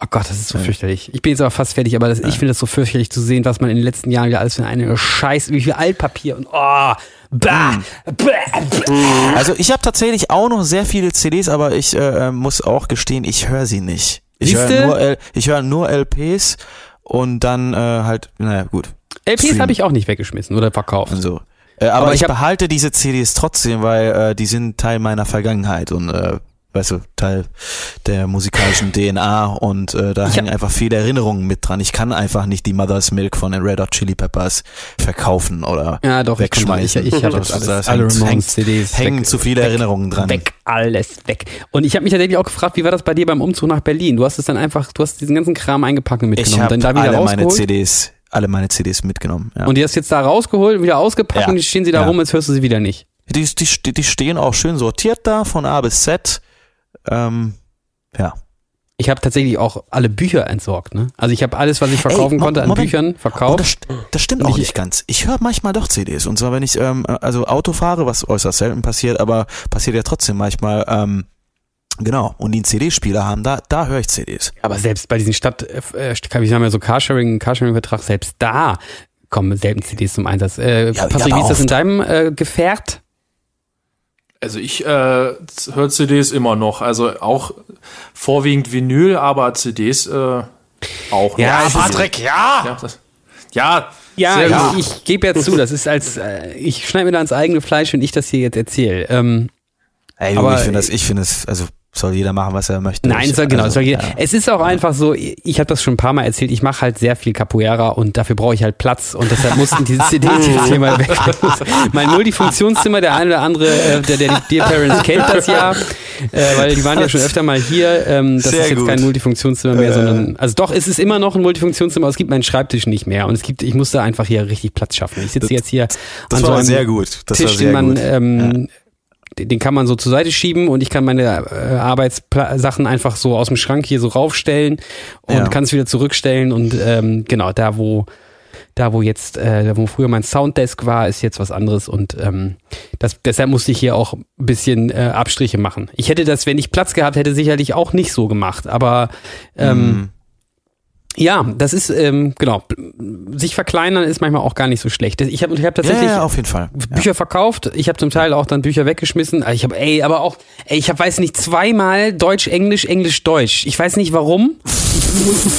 A: Oh Gott, das ist so fürchterlich. Ich bin jetzt aber fast fertig, aber das, ich finde das so fürchterlich zu sehen, was man in den letzten Jahren wieder alles für eine Scheiß, wie viel Altpapier und oh, bah,
D: Mm.
A: bah, bah.
D: Also ich habe tatsächlich auch noch sehr viele CDs, aber ich äh, äh, muss auch gestehen, ich höre sie nicht. Ich
A: Siehste?
D: höre nur, L- ich höre nur LPs und dann äh, halt, naja, gut.
A: LPs
D: Stream.
A: habe ich auch nicht weggeschmissen oder verkauft.
D: Und so. Äh,
A: Also,
D: aber,
A: Aber
D: ich,
A: ich hab-
D: behalte diese CDs trotzdem, weil äh, die sind Teil meiner Vergangenheit und äh, weißt du, Teil der musikalischen DNA und äh, da
A: Ich
D: hängen
A: hab-
D: einfach viele Erinnerungen mit dran. Ich kann einfach nicht die Mother's Milk von den Red Hot Chili Peppers verkaufen oder
A: Ja, doch, ich
D: wegschmeißen.
A: konnte- ich- ich hab
D: Das-
A: jetzt alles-
D: das
A: alle
D: hängt-
A: Ramones
D: hängt-
A: CDs
D: Hängen
A: weg-
D: zu viele Erinnerungen dran.
A: Weg, alles weg. Und ich habe mich tatsächlich auch gefragt, wie war das bei dir beim Umzug nach Berlin? Du hast es dann einfach, du hast diesen ganzen Kram eingepackt und
D: Ich
A: mitgenommen,
D: habe
A: dann da wieder
D: alle meine
A: rausgeholt.
D: CDs, alle meine CDs mitgenommen. Ja.
A: Und die hast du jetzt da rausgeholt und wieder ausgepackt
D: Ja.
A: und jetzt stehen sie da
D: Ja.
A: rum, jetzt hörst du sie wieder nicht.
D: Die, die, die stehen auch schön sortiert da von A bis Z. Ähm, ja.
A: Ich habe tatsächlich auch alle Bücher entsorgt, ne? Also ich habe alles, was ich verkaufen
D: Mo-
A: konnte an
D: Moment.
A: Büchern,
D: Und das,
A: verkauft.
D: st- das stimmt auch nicht ganz. Ich höre manchmal doch CDs. Und zwar, wenn ich ähm, also Auto fahre, was äußerst selten passiert, aber passiert ja trotzdem manchmal. Ähm, genau. Und die einen CD-Spieler haben, da, da höre ich CDs.
A: Aber selbst bei diesen Stadt, äh, wir haben ja so Carsharing, Carsharing-Vertrag, selbst da kommen selten CDs zum Einsatz. Äh,
D: Ja,
A: Patrick,
D: ja,
A: wie ist das in
D: oft.
A: deinem äh, Gefährt?
B: Also ich äh, höre CDs immer noch. Also auch vorwiegend Vinyl, aber CDs äh, auch
A: Ja,
B: noch.
A: Patrick,
B: ja! Ja, das, ja,
A: Ja,
B: sehr gut.
A: ich, ich gebe ja zu, das ist als, äh, ich schneide mir da ans eigene Fleisch, wenn ich das hier jetzt erzähle. Ähm,
D: Ey, du,
A: Aber-
D: ich finde das, ich finde das, also Soll jeder machen, was er möchte.
A: Nein,
D: Ich-
A: es soll, genau.
D: also,
A: es, soll,
D: ja.
A: es ist auch einfach so, ich habe das schon ein paar Mal erzählt, ich mache halt sehr viel Capoeira und dafür brauche ich halt Platz und deshalb mussten diese CD-System mal weg. mein Multifunktionszimmer, der eine oder andere, äh, der, der die Dear Parents kennt das ja, äh, weil die waren ja schon öfter mal hier. Ähm, das
D: Sehr
A: ist jetzt
D: gut. Äh.
A: kein Multifunktionszimmer mehr, sondern, also doch, es ist immer noch ein Multifunktionszimmer, aber es gibt meinen Schreibtisch nicht mehr und es gibt, ich musste einfach hier richtig Platz schaffen. Ich sitze jetzt hier
D: Das
A: an
D: war
A: so einem
D: sehr gut. Das war
A: Tisch,
D: sehr
A: den man,
D: gut.
A: ähm, den den kann man so zur Seite schieben und ich kann meine äh, Arbeitssachen einfach so aus dem Schrank hier so raufstellen und
D: Ja.
A: kann es wieder zurückstellen und ähm, genau da wo da wo jetzt äh, da wo früher mein Sounddesk war ist jetzt was anderes und ähm, das, deshalb musste ich hier auch ein bisschen äh, Abstriche machen. Ich hätte das, wenn ich Platz gehabt hätte, sicherlich auch nicht so gemacht, aber ähm,
D: Mhm.
A: ja, das ist ähm, genau sich verkleinern ist manchmal auch gar nicht so schlecht. Ich habe ich habe
D: ja,
A: tatsächlich
D: ja, auf jeden Fall. Ja.
A: Bücher verkauft. Ich habe zum Teil auch dann Bücher weggeschmissen. Ah, Ich habe, ey, aber auch, ey, ich habe, weiß nicht, zweimal Deutsch, Englisch, Englisch, Deutsch. Ich weiß nicht warum.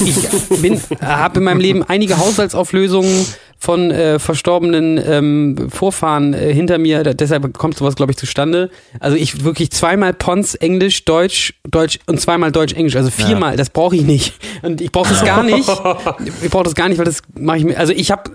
A: Ich bin, habe in meinem Leben einige Haushaltsauflösungen von äh, verstorbenen ähm, Vorfahren äh, hinter mir. Da, deshalb kommt sowas, glaube ich, zustande. Also ich wirklich zweimal Pons, Englisch, Deutsch, Deutsch und zweimal Deutsch, Englisch. Also viermal. Das brauche ich nicht. Und ich brauche das gar nicht. Ich brauche das gar nicht, weil das mache ich mir. Also ich habe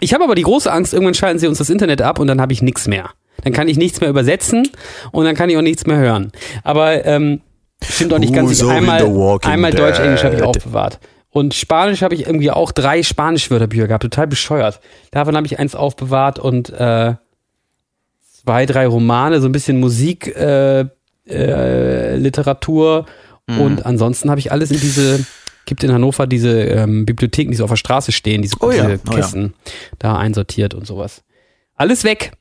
A: ich habe aber die große Angst, irgendwann schalten sie uns das Internet ab und dann habe ich nichts mehr. Dann kann ich nichts mehr übersetzen und dann kann ich auch nichts mehr hören. Aber ähm, stimmt auch nicht ganz.
D: Who's
A: Ich-
D: on
A: einmal
D: the walking
A: einmal Deutsch,
D: dead?
A: Englisch habe ich aufbewahrt. Und Spanisch habe ich irgendwie auch drei Spanischwörterbücher gehabt, total bescheuert. Davon habe ich eins aufbewahrt und äh, zwei, drei Romane, so ein bisschen Musik, äh, äh, Literatur
D: Mhm.
A: und ansonsten habe ich alles in diese, gibt in Hannover diese ähm, Bibliotheken, die so auf der Straße stehen, diese,
D: Oh ja,
A: diese
D: oh ja.
A: Kästen da einsortiert und sowas. Alles weg.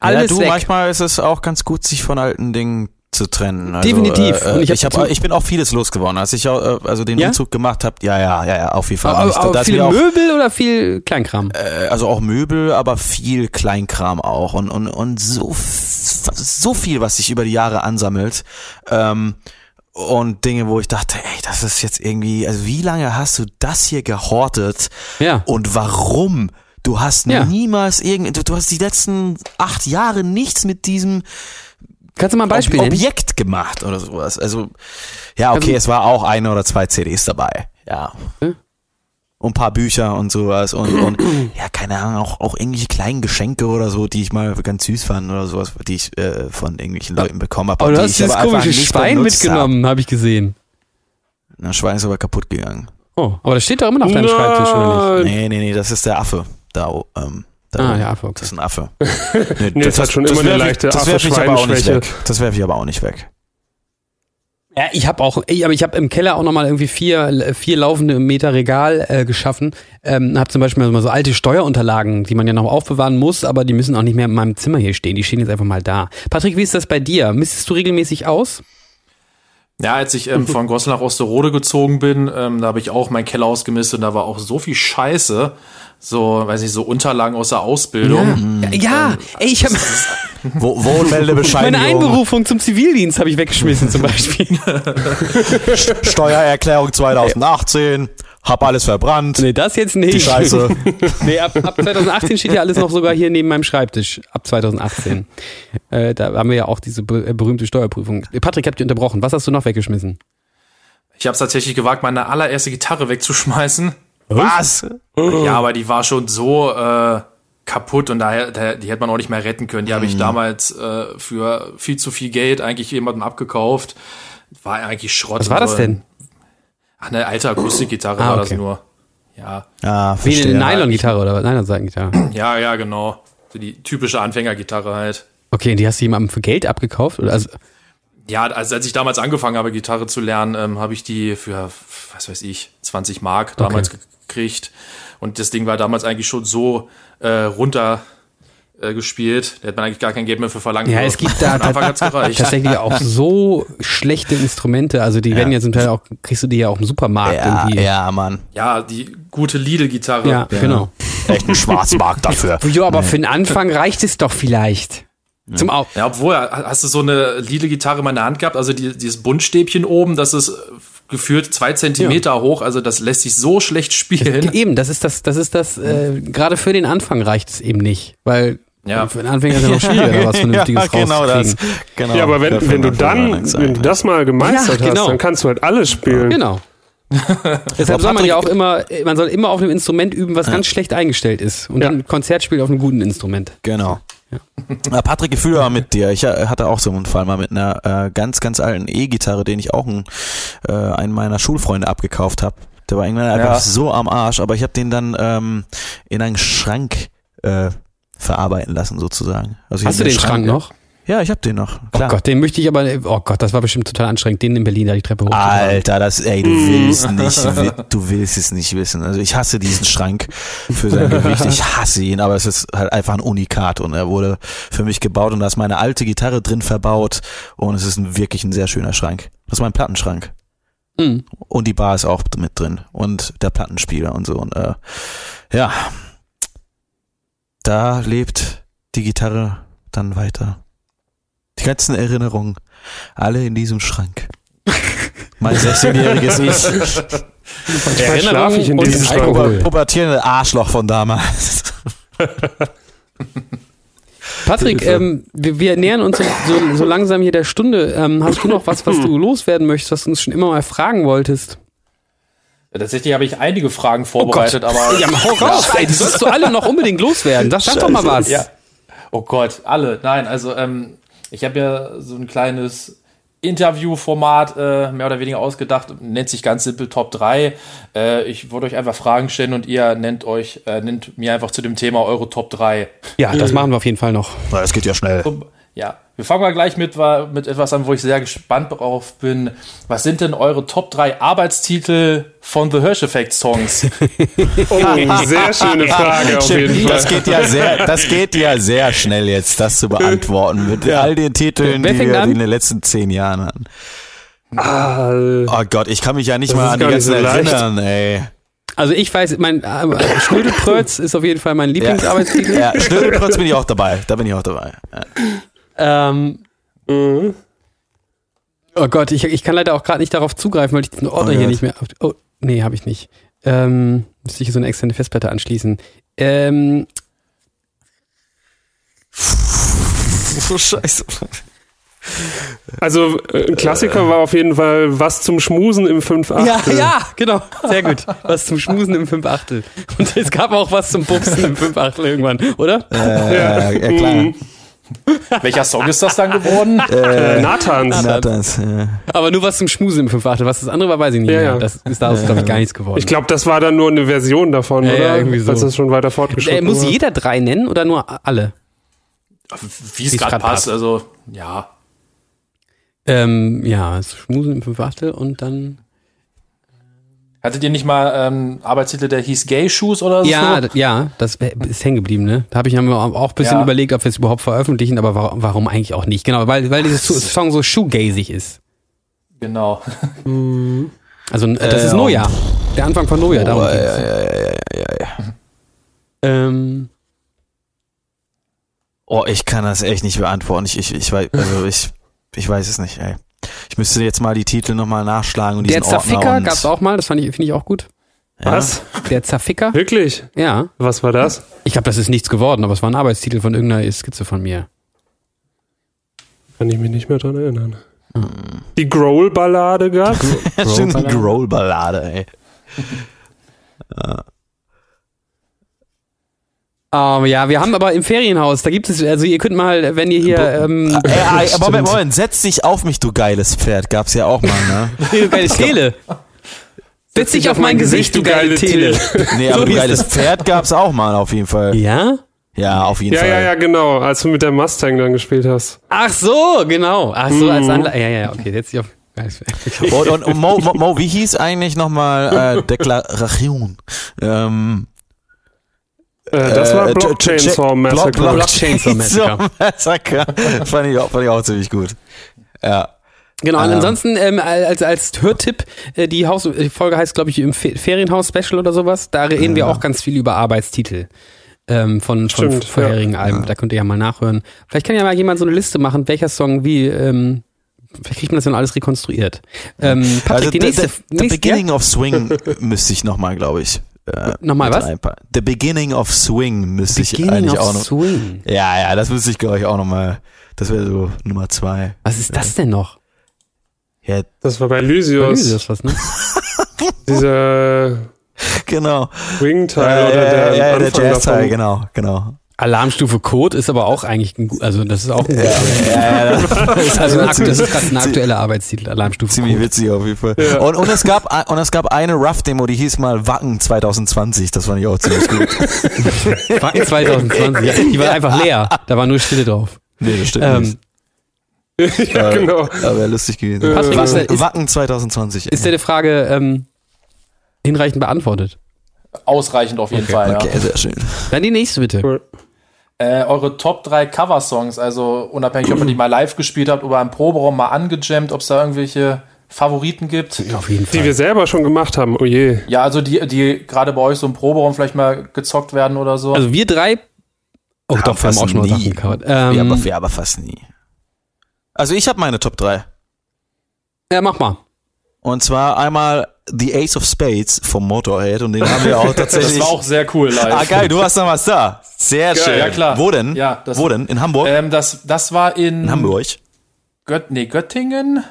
A: Alles
D: ja, du,
A: weg.
D: manchmal ist es auch ganz gut, sich von alten Dingen zu trennen. Also,
A: Definitiv.
D: Äh,
A: Und ich
D: ich,
A: hab
D: ich, hab,
A: dazu-
D: ich bin auch vieles losgeworden. Als ich auch, äh, also den
A: Ja?
D: Umzug gemacht habe, ja, ja, ja, ja, auf jeden Fall.
A: Aber,
D: Da- da
A: aber
D: ist mir
A: viel
D: auch,
A: Möbel oder viel Kleinkram?
D: äh, also auch Möbel, aber viel Kleinkram auch und und und so f- so viel, was sich über die Jahre ansammelt. Ähm, und Dinge, wo ich dachte, ey, das ist jetzt irgendwie, also wie lange hast du das hier gehortet?
A: Ja.
D: Und warum? Du hast
A: Ja.
D: niemals irgend, du, du hast die letzten acht Jahre nichts mit diesem
A: Kannst du mal ein Beispiel
D: Ob
A: nennen?
D: Objekt gemacht oder sowas. Also, ja, okay,
A: Also- Hm?
D: es war auch eine oder zwei CDs dabei. Ja. Und ein paar Bücher und sowas und, und ja, keine Ahnung, auch, auch irgendwelche kleinen Geschenke oder so, die ich mal ganz süß fand oder sowas, die ich äh, von irgendwelchen Leuten bekommen habe.
A: Aber
D: und
A: Oh, du
D: die
A: hast
D: ich
A: dieses
D: aber einfach
A: komische
D: nicht
A: Schwein
D: benutzt
A: mitgenommen, habe ich gesehen.
D: hab. Na, Schwein ist aber kaputt gegangen.
A: Oh, aber das steht doch immer noch auf deinem
C: Nein.
A: Schreibtisch, oder nicht?
D: Nee, nee, nee, das ist der Affe. Da, o- ähm, da
A: Ah,
D: oben.
A: der Affe, okay.
D: Das ist ein Affe.
C: Nee, das hat schon immer eine
D: werf ich-
C: leichte
D: Das werf ich aber auch nicht
C: Affe-Schwein-Schwäche.
D: weg. Das werf ich aber auch nicht weg.
A: Ja, ich habe auch, ich, aber ich habe im Keller auch nochmal irgendwie vier, vier laufende Meter Regal äh, geschaffen. Ähm, habe zum Beispiel mal so alte Steuerunterlagen, die man ja noch aufbewahren muss, aber die müssen auch nicht mehr in meinem Zimmer hier stehen. Die stehen jetzt einfach mal da. Patrick, wie ist das bei dir? Mistest du regelmäßig aus?
B: Ja, als ich ähm, von Gossel nach Osterode gezogen bin, ähm, da habe ich auch meinen Keller ausgemistet und da war auch so viel Scheiße. So, weiß nicht, so Unterlagen aus der Ausbildung.
D: Mm,
A: Ja,
D: ähm,
A: ja ey, ich habe
D: Wo, Wohnmeldebescheinigung.
A: meine Einberufung zum Zivildienst habe ich weggeschmissen zum Beispiel.
D: Steuererklärung 2018, hab alles verbrannt,
A: nee, das jetzt nicht.
D: die Scheiße.
A: Nee, ab, ab 2018 steht ja alles noch sogar hier neben meinem Schreibtisch. Ab 2018. Äh, da haben wir ja auch diese be äh, berühmte Steuerprüfung. Patrick, habt ihr unterbrochen. Was hast du noch weggeschmissen?
B: Ich habe es tatsächlich gewagt, meine allererste Gitarre wegzuschmeißen.
D: Was?
A: Oh.
B: Ja, aber die war schon so äh, kaputt und daher, daher, die hätte man auch nicht mehr retten können. Die habe
A: Mhm.
B: ich damals äh, für viel zu viel Geld eigentlich jemandem abgekauft. War eigentlich Schrott.
A: Was war das denn?
B: Ach, eine alte Akustikgitarre
A: Ah,
B: war
A: okay.
B: das nur. Ja,
D: Ah,
A: Wie
D: verstehe.
A: eine Nylon-Gitarre oder was? Nylon-Seitengitarre.
B: ja, ja, genau. So die typische Anfängergitarre halt.
A: Okay, und die hast du jemandem für Geld abgekauft? Oder also,
B: Ja, also als ich damals angefangen habe, Gitarre zu lernen, ähm, habe ich die für, was weiß ich, 20 Mark damals gekriegt. Und das Ding war damals eigentlich schon so äh, runter äh, gespielt. Da hätte man eigentlich gar kein Geld mehr für verlangen
A: ja,
B: dürfen.
A: es gibt da
B: Am Anfang hat's gereicht.
A: tatsächlich auch so schlechte Instrumente. Also die werden ja zum Teil auch, kriegst du die ja auch im Supermarkt
D: Ja,
A: irgendwie.
D: ja, Mann.
B: Ja, die gute Lidl-Gitarre.
A: Ja, genau.
D: Echt ein Schwarzmarkt dafür.
A: Jo, aber für den Anfang reicht es doch vielleicht. Zum Au
B: Ja, obwohl, hast du so eine Lidl-Gitarre mal in der Hand gehabt? Also die, dieses Buntstäbchen oben, das ist äh, geführt zwei Zentimeter hoch. Also das lässt sich so schlecht spielen.
A: Eben, das ist das, das ist das, äh, gerade für den Anfang reicht es eben nicht, weil
B: Ja.
A: Für einen Anfänger ist ja noch schwieriger, da was Vernünftiges
D: ja, genau das.
A: rauszukriegen.
D: Genau.
C: Ja, aber wenn,
D: Dafür
C: wenn du
D: macht man
C: dann,
D: gar nichts
C: wenn du
D: ein.
C: das mal gemeistert
A: ne? Ja, genau.
C: hast, dann kannst du halt alles spielen.
A: Genau. Deshalb soll man
D: Patrick-
A: ja auch immer, man soll immer auf einem Instrument üben, was ganz schlecht eingestellt ist. Und
C: Ja.
A: dann ein Konzert spielt auf einem guten Instrument.
D: Genau. Äh, Patrick, Gefühl war mit dir. Ich äh, hatte auch so einen Fall mal mit einer äh, ganz, ganz alten E-Gitarre, den ich auch einen, äh, einen meiner Schulfreunde abgekauft habe. Der war irgendwann einfach so am Arsch, aber ich habe den dann ähm, in einen Schrank äh, verarbeiten lassen sozusagen. Also ich
A: Hast du
D: hab
A: den Schrank noch?
D: Ja, ich habe den noch. Klar.
A: Oh Gott, den möchte ich aber, oh Gott, das war bestimmt total anstrengend, den in Berlin da die Treppe hoch.
D: Alter, das, ey, du willst nicht, wi- du willst es nicht wissen. Also ich hasse diesen Schrank für sein Gewicht. Ich hasse ihn, aber es ist halt einfach ein Unikat und er wurde für mich gebaut und da ist meine alte Gitarre drin verbaut und es ist ein, wirklich ein sehr schöner Schrank. Das ist mein Plattenschrank.
A: Mhm.
D: Und die Bar ist auch mit drin und der Plattenspieler und so und äh, ja. Da lebt die Gitarre dann weiter. Die ganzen Erinnerungen, alle in diesem Schrank. Mein 16-jähriges Ich.
C: Manchmal schlafe ich in
A: und
C: diesem Schrank.
A: Alkohol.
D: Pubertierende Arschloch von damals.
A: Patrick, ähm, wir, wir nähern uns so, so, so langsam hier der Stunde. Ähm, hast du noch was, was du loswerden möchtest, was du uns schon immer mal fragen wolltest?
B: Ja, tatsächlich habe ich einige Fragen vorbereitet, aber.
A: Oh Ja, hau raus, ey, die sollst du alle noch unbedingt loswerden. Sag, sag doch mal was.
B: Ja. Oh Gott, alle. Nein, also ähm, ich habe ja so ein kleines Interviewformat äh, mehr oder weniger ausgedacht, nennt sich ganz simpel Top 3. Äh, ich wollte euch einfach Fragen stellen und ihr nennt euch, äh, nennt mir einfach zu dem Thema eure Top 3.
A: Ja, das machen wir auf jeden Fall noch.
D: Na, Das geht ja schnell.
B: Ja, wir fangen mal gleich mit, wa- mit etwas an, wo ich sehr gespannt drauf bin. Was sind denn eure Top 3 Arbeitstitel von The Hirsch Effect Songs?
C: Oh, sehr schöne Frage auf jeden Fall.
D: Das geht ja sehr, das geht ja sehr schnell jetzt, das zu beantworten mit all den Titeln,
A: Wer
D: die
A: fängt
D: wir
A: an?
D: in den letzten zehn Jahren hatten.
C: Ah,
D: Oh Gott, ich kann mich ja nicht
C: Das
D: mal
C: ist
D: an die
C: gar nicht
D: ganzen
C: so leicht.
D: erinnern, ey.
A: Also ich weiß, mein äh, Schnödelprötz ist auf jeden Fall mein Lieblingsarbeitstitel.
D: Ja, Schnödelprotz bin ich auch dabei. Da bin ich auch dabei. Ja.
A: Ähm, Oh Gott, ich, ich kann leider auch gerade nicht darauf zugreifen, weil ich diesen Ordner hier
D: Gott.
A: nicht mehr. auf- Oh, nee, habe ich nicht. Ähm, müsste ich so eine externe Festplatte anschließen. Ähm,
D: Oh, scheiße.
C: also äh, ein Klassiker war auf jeden Fall was zum Schmusen im 5.8.
A: ja, ja, genau. Sehr gut. Was zum Schmusen im Fünfachtel. Und es gab auch was zum Pupsen im Fünfachtel irgendwann, oder?
D: Äh, ja,
C: Mhm.
D: klar.
B: Welcher Song ist das dann geworden?
C: Äh, Nathans.
D: Na, das, äh,
A: Aber nur was zum Schmusen im Fünfachtel. Was das andere war, weiß ich nicht
C: Ja,
A: mehr.
C: ja.
A: Das ist daraus, glaube ich, gar nichts geworden.
C: Ich glaube, das war dann nur eine Version davon,
A: Ja,
C: oder?
A: ja, irgendwie so.
C: Als das schon weiter
A: äh,
C: fortgeschritten
A: muss
C: war.
A: jeder drei nennen oder nur alle?
B: Wie
A: Wie's
B: es gerade
A: grad
B: passt,
A: passt.
B: also ja.
A: Ähm, ja, das Schmusen im Fünfachtel und dann.
B: Hattet ihr nicht mal ähm, Arbeitstitel, der hieß Gay Shoes oder so?
A: Ja, d- ja, das wär- ist hängen geblieben, ne? Da habe ich haben wir auch ein bisschen
B: Ja.
A: überlegt, ob wir es überhaupt veröffentlichen, aber warum, warum eigentlich auch nicht? Genau, weil, weil dieser Su- Song so shoegazig ist.
B: Genau.
A: Also äh, das
D: Äh,
A: ist Noja. Der Anfang von Noja, darum
D: oh,
A: geht's.
D: ja, ja, ja, ja, ja, ja.
A: Ähm,
D: oh, ich kann das echt nicht beantworten. Ich, ich, ich, weiß, also ich, ich weiß es nicht, ey. Ich müsste jetzt mal die Titel nochmal nachschlagen und
A: der
D: diesen Ordner
A: Zerficker
D: und,
A: gab's auch mal, das fand ich, finde ich auch gut.
C: Was?
A: Der Zerficker?
C: Wirklich?
A: Ja.
C: Was war das?
A: Ich glaube, das ist nichts geworden, aber es war ein Arbeitstitel von irgendeiner Skizze von mir.
C: Kann ich mich nicht mehr dran erinnern.
A: Hm.
C: Die Growl-Ballade gab's?
D: Stimmt, die Growl-Ballade, ey.
A: Ähm, ja, wir haben aber im Ferienhaus, da gibt es, also ihr könnt mal, wenn ihr hier ähm,
D: Ey, ey,
A: Stimmt.
D: Moment, Moment, setz dich auf mich, du geiles Pferd. Gab's ja auch mal, ne?
A: Nee, geile Tele. Setz dich auf mein Gesicht, du geile Tele.
D: Nee, aber du geiles Pferd gab's auch mal auf jeden Fall.
A: Ja?
D: Ja, auf jeden
C: Ja,
D: Fall.
C: ja, ja, genau. Als du mit der Mustang dann gespielt hast.
A: Ach so, genau. Ach so,
D: Mhm.
A: als Anleitung. Ja, ja, ja, okay, setz dich auf.
D: Und, und, und Mo, Mo, Mo, wie hieß eigentlich nochmal äh, Deklaration? Ähm,
C: Äh, das war
D: äh,
C: Block
D: Ch- Ch-
C: Chainsaw
D: Block-
C: Massacre.
D: Block-
A: Block Chainsaw Massacre.
D: Chainsaw Massacre. fand, ich auch, fand ich auch ziemlich gut. Ja.
A: Genau, und
D: Ähm.
A: ansonsten ähm, als, als Hörtipp, äh, die, Haus die Folge heißt, glaube ich, im Fe Ferienhaus-Special oder sowas. Da
D: Mhm.
A: reden wir auch ganz viel über Arbeitstitel ähm, von, von
C: Stimmt,
A: vorherigen Alben. Da könnt ihr ja mal nachhören. Vielleicht kann ja mal jemand so eine Liste machen, welcher Song wie. Ähm, vielleicht kriegt man das dann alles rekonstruiert. Ähm, Patrick,
D: Also
A: die
D: the-
A: nächste.
D: the, the
A: nächste ja?
D: Beginning of Swing müsste ich nochmal, glaube ich. Äh,
A: Nochmal
D: mit
A: was?
D: ein paar- The Beginning of Swing müsste ich
A: Beginning
D: eigentlich
A: of
D: auch noch.
A: Swing.
D: Ja, ja, das müsste ich, glaube ich, auch nochmal. Das wäre so Nummer zwei.
A: Was ist das denn noch?
D: Ja,
C: Das war bei Lysios.
A: Ist das was, ne?
C: Dieser
D: genau.
C: Wing-Teil
D: Äh,
C: oder der
D: ja, ja, der
C: Anfang
D: Jazz-Teil,
C: davon.
D: genau, genau.
A: Alarmstufe Code ist aber auch eigentlich ein, gu- also das ist auch ein, guter- also ein, akt- das ist gerade ein aktueller Arbeitstitel, Alarmstufe
D: Ziemlich
A: Code.
D: witzig auf jeden Fall.
C: Ja.
D: Und, und, es gab, ein- und es gab eine Rough-Demo, die hieß mal Wacken 2020. Das fand ich auch ziemlich gut.
A: Wacken 2020, ja, die war einfach leer, da war nur Stille drauf.
D: nee, das stimmt
A: Ähm,
D: nicht.
C: ja, genau.
D: Aber wäre lustig gewesen.
A: Patrick, ist der-
D: Wacken,
A: ist-
D: Wacken 2020.
A: ist deine Frage ähm, hinreichend beantwortet?
B: Ausreichend auf jeden Fall. Ja.
D: okay, sehr schön.
A: Dann die nächste bitte.
C: Cool.
B: Äh, eure Top 3 Cover-Songs, also unabhängig, ob ihr die mal live gespielt habt oder im Proberaum mal angejammt, ob es da irgendwelche Favoriten gibt.
A: Auf jeden
C: Die wir selber schon gemacht haben. Oh je.
B: Ja, also die, die gerade bei euch so im Proberaum vielleicht mal gezockt werden oder so.
A: Also wir drei. Oh, doch, wir haben
D: fast
A: auch schon mal
D: nie.
A: Sachen gecovert.
D: ja, aber,
A: Ähm,
D: ja, aber fast nie. Also ich habe meine Top 3.
A: ja, mach mal.
D: Und zwar einmal The Ace of Spades vom Motorhead. Und den haben wir auch
B: das
D: tatsächlich...
B: war auch sehr cool live.
D: ah, geil, du warst damals da. Sehr schön.
B: ja, klar.
D: Wo denn?
B: Ja, das-
D: Wo denn? In Hamburg?
B: Ähm, das, das war in
D: in Hamburg.
B: Göt nee, Göttingen?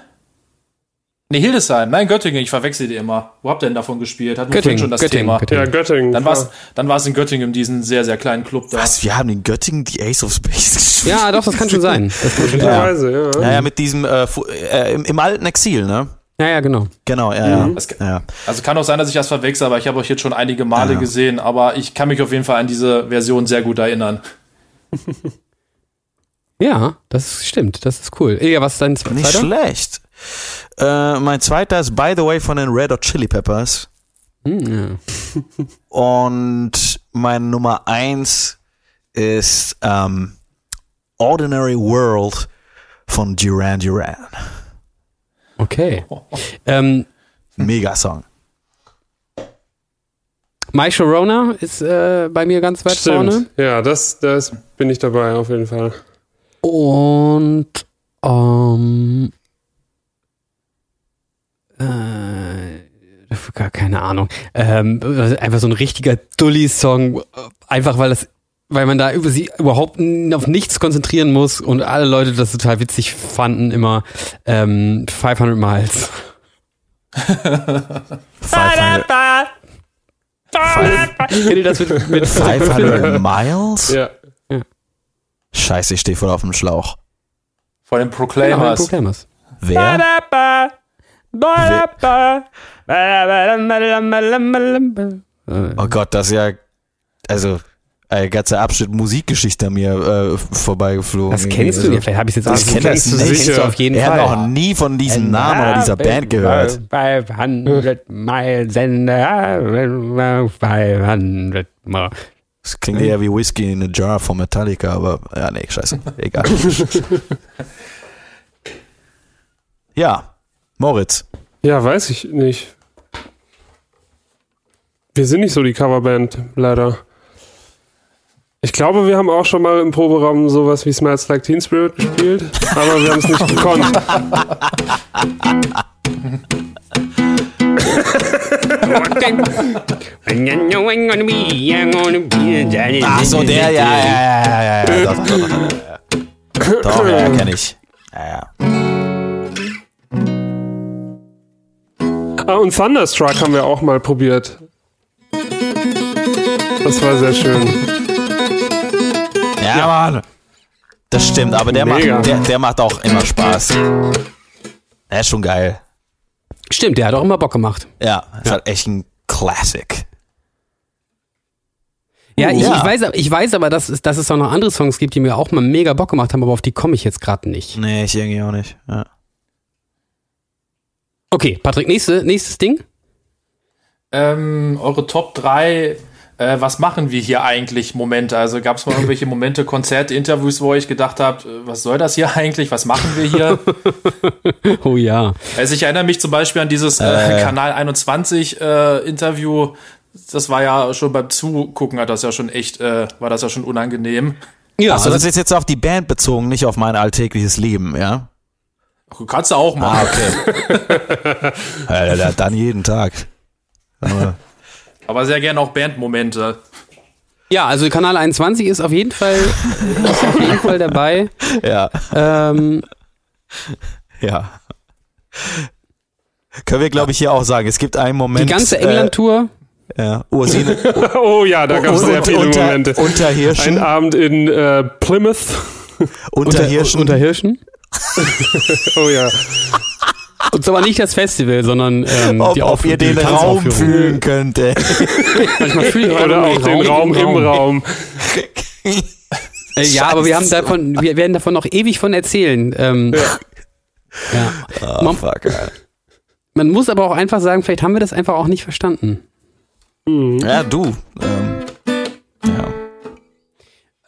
B: Nee, Hildesheim. Nein, Göttingen. Ich verwechsel die immer. Wo habt ihr denn davon gespielt? Hatten wir
A: Göttingen,
B: vorhin schon das
A: Göttingen,
B: Thema.
A: Göttingen.
C: Ja, Göttingen.
B: Dann war es dann war's in Göttingen, in diesem sehr, sehr kleinen Club da.
D: Was? Wir haben in Göttingen The Ace of Spades gespielt?
A: Ja, doch, das kann schon sein. Das kann schon sein.
C: Möglicherweise, ja.
D: Ja, ja, mit diesem, äh, fu- äh, im, im alten Exil, ne?
A: Ja, ja, genau.
D: Genau, ja, ja.
B: Das kann-
D: ja.
B: Also kann auch sein, dass ich das verwechsel, aber ich habe euch jetzt schon einige Male
D: Ja.
B: gesehen. Aber ich kann mich auf jeden Fall an diese Version sehr gut erinnern.
A: Ja, das stimmt. Das ist cool. Ilja, was ist dein
D: Nicht
A: zweiter?
D: schlecht. Äh, mein zweiter ist By the Way von den Red Hot Chili Peppers.
A: Hm,
D: Und mein Nummer eins ist ähm, Ordinary World von Duran Duran.
A: ja. Okay. Ähm,
D: Mega Song.
A: My Sharona ist äh, bei mir ganz weit
C: Stimmt. Ja, das, das bin ich dabei auf jeden Fall.
A: vorne. Und ähm, äh, gar keine Ahnung. Ähm, einfach so ein richtiger Dulli-Song. Einfach weil das weil man da über sie überhaupt n- auf nichts konzentrieren muss und alle Leute das total witzig fanden, immer ähm, 500 Miles.
D: 500,
A: Kennt ihr das mit, mit
D: 500 Miles?
C: Ja.
D: Scheiße, ich stehe voll auf dem Schlauch.
B: Von den
A: Proclaimers.
B: Proclaimers.
A: Proclaimers.
D: Wer?
A: Äh,
D: Oh Gott, das ist ja. Also, ein ganzer Abschnitt Musikgeschichte an mir äh, vorbeigeflogen.
A: Das kennst du, ja, vielleicht habe ich es jetzt
D: also
A: auch
D: Das kenn
A: gegoogelt.
D: das
A: Das
D: nicht.
A: kennst du auf jeden
D: Er hat
A: Fall.
D: noch nie von diesem Namen oder dieser Band gehört.
A: 500 Miles and 500 Miles.
D: Das klingt eher wie Whiskey in a Jar von Metallica, aber ja, nee, scheiße. Egal. ja, Moritz.
C: Ja, weiß ich nicht. Wir sind nicht so die Coverband, leider. Ich glaube, wir haben auch schon mal im Proberaum sowas wie Smells Like Teen Spirit gespielt, aber wir haben es nicht gekonnt.
D: Ach so, der, ja, ja, ja, ja, ja, ja. Doch, doch, doch, doch, doch, doch, doch, ja, kenn ich. Ja, ja.
C: Ah, und Thunderstruck haben wir auch mal probiert. Das war sehr schön.
D: Ja, Mann. Das stimmt, aber der macht,
C: Mega.
D: der, der macht auch immer Spaß. Der ist schon geil.
A: Stimmt, der hat auch immer Bock gemacht.
D: Ja, ist halt echt ein Classic.
A: Ja, ich,
D: Ja.
A: Ich, weiß, ich weiß aber, dass es, dass es auch noch andere Songs gibt, die mir auch mal mega Bock gemacht haben, aber auf die komme ich jetzt gerade nicht.
D: Nee, ich irgendwie auch nicht. Ja.
A: Okay, Patrick, nächste, nächstes Ding.
B: Ähm, eure Top 3, äh, was machen wir hier eigentlich Momente? Also gab es mal irgendwelche Momente, Konzerte, Interviews, wo ihr euch gedacht habt, äh, was soll das hier eigentlich? Was machen wir hier?
A: Oh ja.
B: also ich erinnere mich zum Beispiel an dieses äh, Kanal 21 äh, Interview. Das war ja schon beim Zugucken hat das ja schon echt, äh, war das ja schon unangenehm.
A: Ja,
D: Achso,
A: also
D: das ist jetzt auf die Band bezogen, nicht auf mein alltägliches Leben, ja?
B: Kannst du auch
D: Ah,
B: machen.
D: okay. ja, ja, ja, dann jeden Tag. Aber
B: Aber sehr gerne auch Bandmomente.
A: Ja, also Kanal 21 ist auf jeden Fall, ist auf jeden Fall dabei.
D: Ja,
A: Ähm,
D: ja. Können wir, glaube ich, hier auch sagen. Es gibt einen
A: die
D: Moment.
A: ganze England-Tour.
D: Äh, ja, Ursine,
C: Oh ja, da gab es sehr viele
D: unter,
C: Momente.
D: Unter
C: Ein
D: Hirschen.
C: Abend in äh, Plymouth.
D: Unter Hirschen.
A: Unter Hirschen.
C: Oh ja.
A: Und zwar nicht das Festival, sondern ähm,
D: ob,
A: die
D: ob
A: Aufführung,
D: ihr den
A: die
D: Raum
A: Tanzaufführung.
D: fühlen könnt, ey.
A: Manchmal fühle ich
C: Oder
A: einfach
C: auch
A: nur
C: den Raum im Raum.
A: Äh, ja, aber wir haben davon, wir werden davon noch ewig von erzählen. Ähm, ja.
D: Oh,
A: Man-
D: fuck, ey.
A: Man muss aber auch einfach sagen, vielleicht haben wir das einfach auch nicht verstanden.
D: Ja, du. Ähm, ja.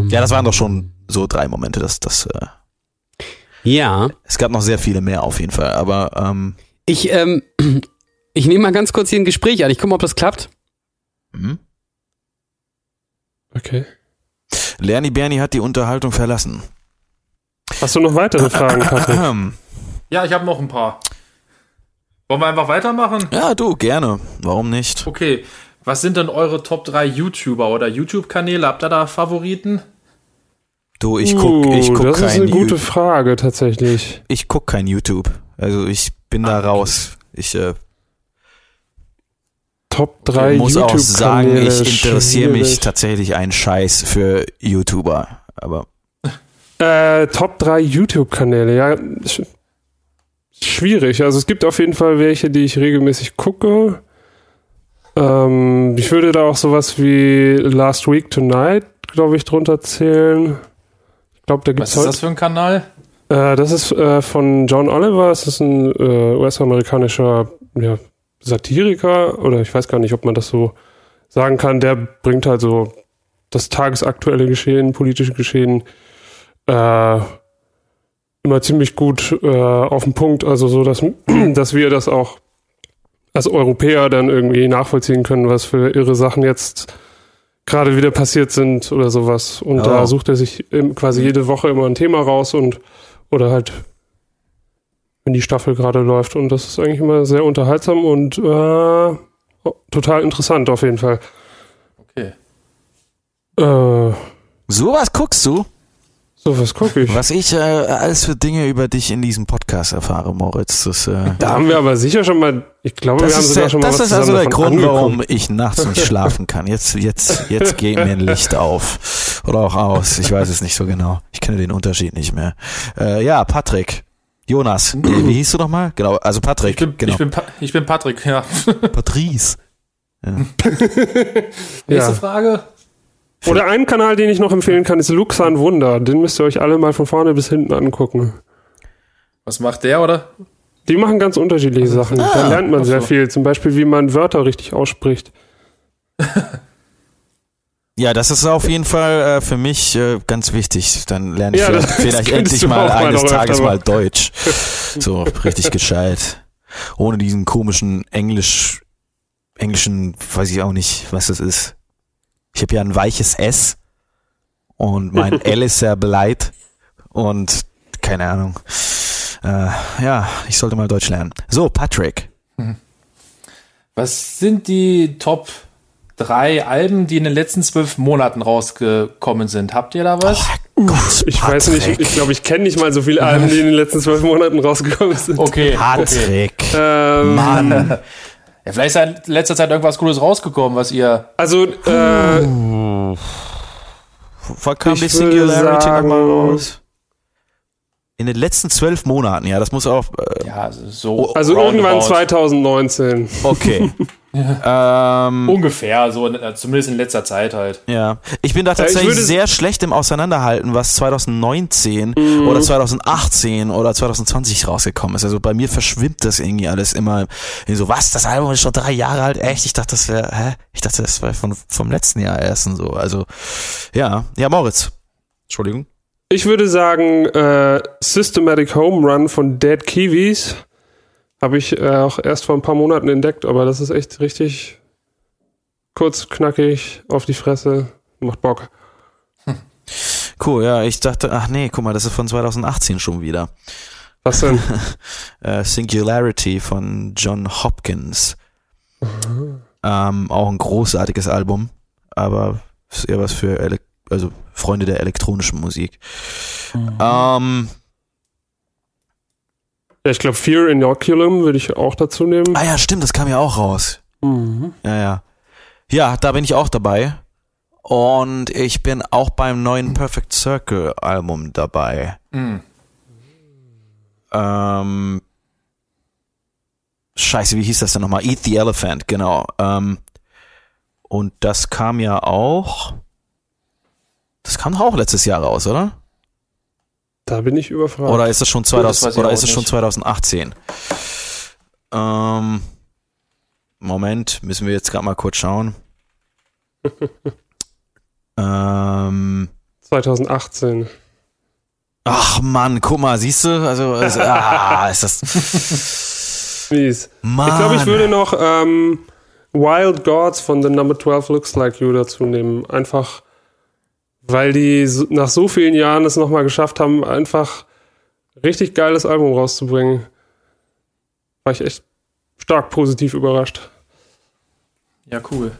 A: Ähm,
D: ja, das waren doch schon so drei Momente. Das, das, äh,
A: ja.
D: es gab noch sehr viele mehr auf jeden Fall, aber ähm,
A: Ich, ähm, ich nehme mal ganz kurz hier ein Gespräch an. Ich gucke mal, ob das klappt.
D: hm?
C: Okay.
D: Lerni Berni hat die Unterhaltung verlassen.
C: Hast du noch weitere Fragen, Patrick?
D: Ähm,
B: Ja, ich habe noch ein paar. Wollen wir einfach weitermachen?
D: ja, du, gerne. Warum nicht?
B: Okay. Was sind denn eure Top 3 YouTuber oder YouTube-Kanäle? Habt ihr da Favoriten?
D: Du, ich guck, ich
C: Uh,
D: guck
C: das ist
D: kein
C: eine gute
D: Ju-
C: Frage tatsächlich.
D: ich guck kein YouTube. Also ich bin da
C: Ah.
D: raus. Ich äh,
C: Top 3
D: muss auch sagen,
C: YouTube-Kanäle.
D: ich interessiere mich
C: schwierig.
D: tatsächlich einen Scheiß für YouTuber. Aber
C: Äh, Top 3 YouTube-Kanäle, ja. sch- Schwierig. Also es gibt auf jeden Fall welche, die ich regelmäßig gucke. Ähm, ich würde da auch sowas wie Last Week Tonight, glaube ich, drunter zählen. Ich glaube, da gibt
B: Was
C: es
B: ist
C: heute.
B: das für ein Kanal?
C: Äh, das ist äh, von John Oliver. Es ist ein äh, US-amerikanischer ja, Satiriker oder ich weiß gar nicht, ob man das so sagen kann. Der bringt halt so das tagesaktuelle Geschehen, politische Geschehen äh, immer ziemlich gut äh, auf den Punkt. Also so, dass, dass wir das auch als Europäer dann irgendwie nachvollziehen können, was für irre Sachen jetzt gerade wieder passiert sind oder sowas. Und
D: Oh.
C: da sucht er sich ähm, quasi jede Woche immer ein Thema raus und oder halt wenn die Staffel gerade läuft und das ist eigentlich immer sehr unterhaltsam und äh, oh, total interessant auf jeden Fall.
B: Okay.
C: Äh,
D: sowas guckst du?
C: so was gucke ich.
D: Was ich äh, alles für Dinge über dich in diesem Podcast erfahre, Moritz, das, äh,
C: Da haben wir aber sicher schon mal, ich glaube, Oh, wir
D: das
C: haben
D: ist,
C: sogar
D: der,
C: schon mal
D: das
C: was
D: ist also
C: zusammen
D: der
C: davon
D: Grund,
C: angeguckt.
D: warum ich nachts nicht schlafen kann. Jetzt, jetzt, jetzt geht mir ein Licht auf. Oder auch aus. Ich weiß es nicht so genau. Ich kenne den Unterschied nicht mehr. Äh, ja, Patrick. Jonas. Äh, wie hieß du nochmal? Genau, also Patrick.
B: Ich bin,
D: genau.
B: ich bin, Pa- ich bin Patrick, ja.
D: Patrice.
B: Nächste
C: Ja.
B: Frage.
C: Oder ein Kanal, den ich noch empfehlen kann, ist Luxan Wunder. Den müsst ihr euch alle mal von vorne bis hinten angucken.
B: Was macht der, oder?
C: Die machen ganz unterschiedliche
D: Ah.
C: Sachen. da lernt man sehr viel. Zum Beispiel, wie man Wörter richtig ausspricht.
D: Ja, das ist auf jeden Fall äh, für mich äh, ganz wichtig. Dann lerne ich
C: Ja,
D: vielleicht,
C: das- das
D: vielleicht
C: könntest
D: endlich
C: du
D: mal
C: auch mal
D: eines
C: noch öfter
D: Tages mal
C: machen.
D: Deutsch. So richtig gescheit. Ohne diesen komischen Englisch, englischen, weiß ich auch nicht, was das ist. Ich habe ja ein weiches S und mein L ist sehr bleit und keine Ahnung. Äh, ja, ich sollte mal Deutsch lernen. So, Patrick.
B: Was sind die Top 3 Alben, die in den letzten zwölf Monaten rausgekommen sind? Habt ihr da was?
D: Gott,
C: Ich weiß nicht, ich glaube, ich kenne nicht mal so viele Alben, die in den letzten zwölf Monaten rausgekommen sind.
B: Okay, okay.
D: Patrick.
C: Ähm,
D: Mann.
B: Ja, vielleicht ist ja in letzter Zeit irgendwas Cooles rausgekommen, was ihr.
C: also, äh,
D: Hm. Wann kam
C: Ich
D: die
C: würde
D: Singularity
C: sagen-
D: nochmal raus? In den letzten zwölf Monaten, ja, das muss auch. Äh,
B: Ja, so.
C: also irgendwann
B: roundabout.
C: 2019.
D: okay. ähm,
B: Ungefähr, so äh, zumindest in letzter Zeit halt.
D: ja. Ich bin da tatsächlich
C: würde-
D: sehr schlecht im Auseinanderhalten, was 2019 oder 2018 oder 2020 rausgekommen ist. Also bei mir verschwimmt das irgendwie alles immer in so, was? Das Album ist schon drei Jahre alt? Echt? Ich dachte, das wäre, hä? Ich dachte, das wäre von, vom letzten Jahr erst und so. Also, ja. Ja, Moritz. Entschuldigung.
C: Ich würde sagen, äh, Systematic Home Run von Dead Kiwis habe ich äh, auch erst vor ein paar Monaten entdeckt, aber das ist echt richtig kurz, knackig, auf die Fresse, macht Bock.
D: Cool, ja, ich dachte, ach nee, guck mal, das ist von 2018 schon wieder.
C: Was denn?
D: Äh, Singularity von John Hopkins. Ähm, auch ein großartiges Album, aber ist eher was für Ele also Freunde der elektronischen Musik. Ähm,
C: Ja, ich glaube, Fear Inoculum würde ich auch dazu nehmen.
D: ah ja, stimmt, das kam ja auch raus.
C: Hm. Mhm.
D: Ja, ja. Ja, da bin ich auch dabei. Und ich bin auch beim neuen Perfect Circle Album dabei.
B: Mhm.
D: Ähm, scheiße, wie hieß das denn nochmal? Eat the Elephant, genau. Ähm, und das kam ja auch. Das kam doch auch letztes Jahr raus, oder?
C: Da bin ich überfragt.
D: Oder ist das schon
B: das
D: 2000,
B: weiß ich
D: oder
B: auch
D: ist das schon
B: nicht.
D: 2018? Ähm, Moment, müssen wir jetzt gerade mal kurz schauen. ähm,
C: 2018.
D: ach Mann, guck mal, siehst du? Also, also ah, ist das.
C: Mies.
D: Mann.
C: Ich glaube, ich
D: ne.
C: würde noch ähm, Wild Gods von The Number 12 Looks Like You dazu nehmen. Einfach, weil die so, nach so vielen Jahren es nochmal geschafft haben, einfach richtig geiles Album rauszubringen. War ich echt stark positiv überrascht.
B: Ja, cool.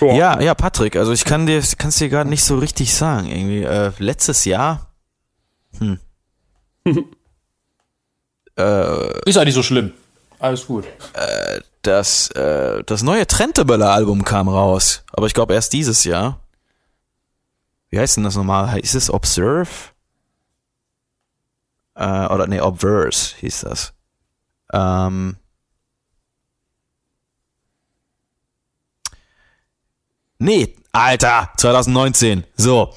C: Boah.
D: Ja, ja, Patrick, also ich kann dir, kann es dir gerade nicht so richtig sagen. Irgendwie, äh, letztes Jahr. Hm. äh,
B: Ist eigentlich so schlimm. Alles gut.
D: das, äh, das neue Trenteböller-Album kam raus. Aber ich glaube erst dieses Jahr. Wie heißt denn das nochmal? Heißt es Observe? Äh, oder nee, Obverse hieß das. Ähm, nee, Alter, 2019. So.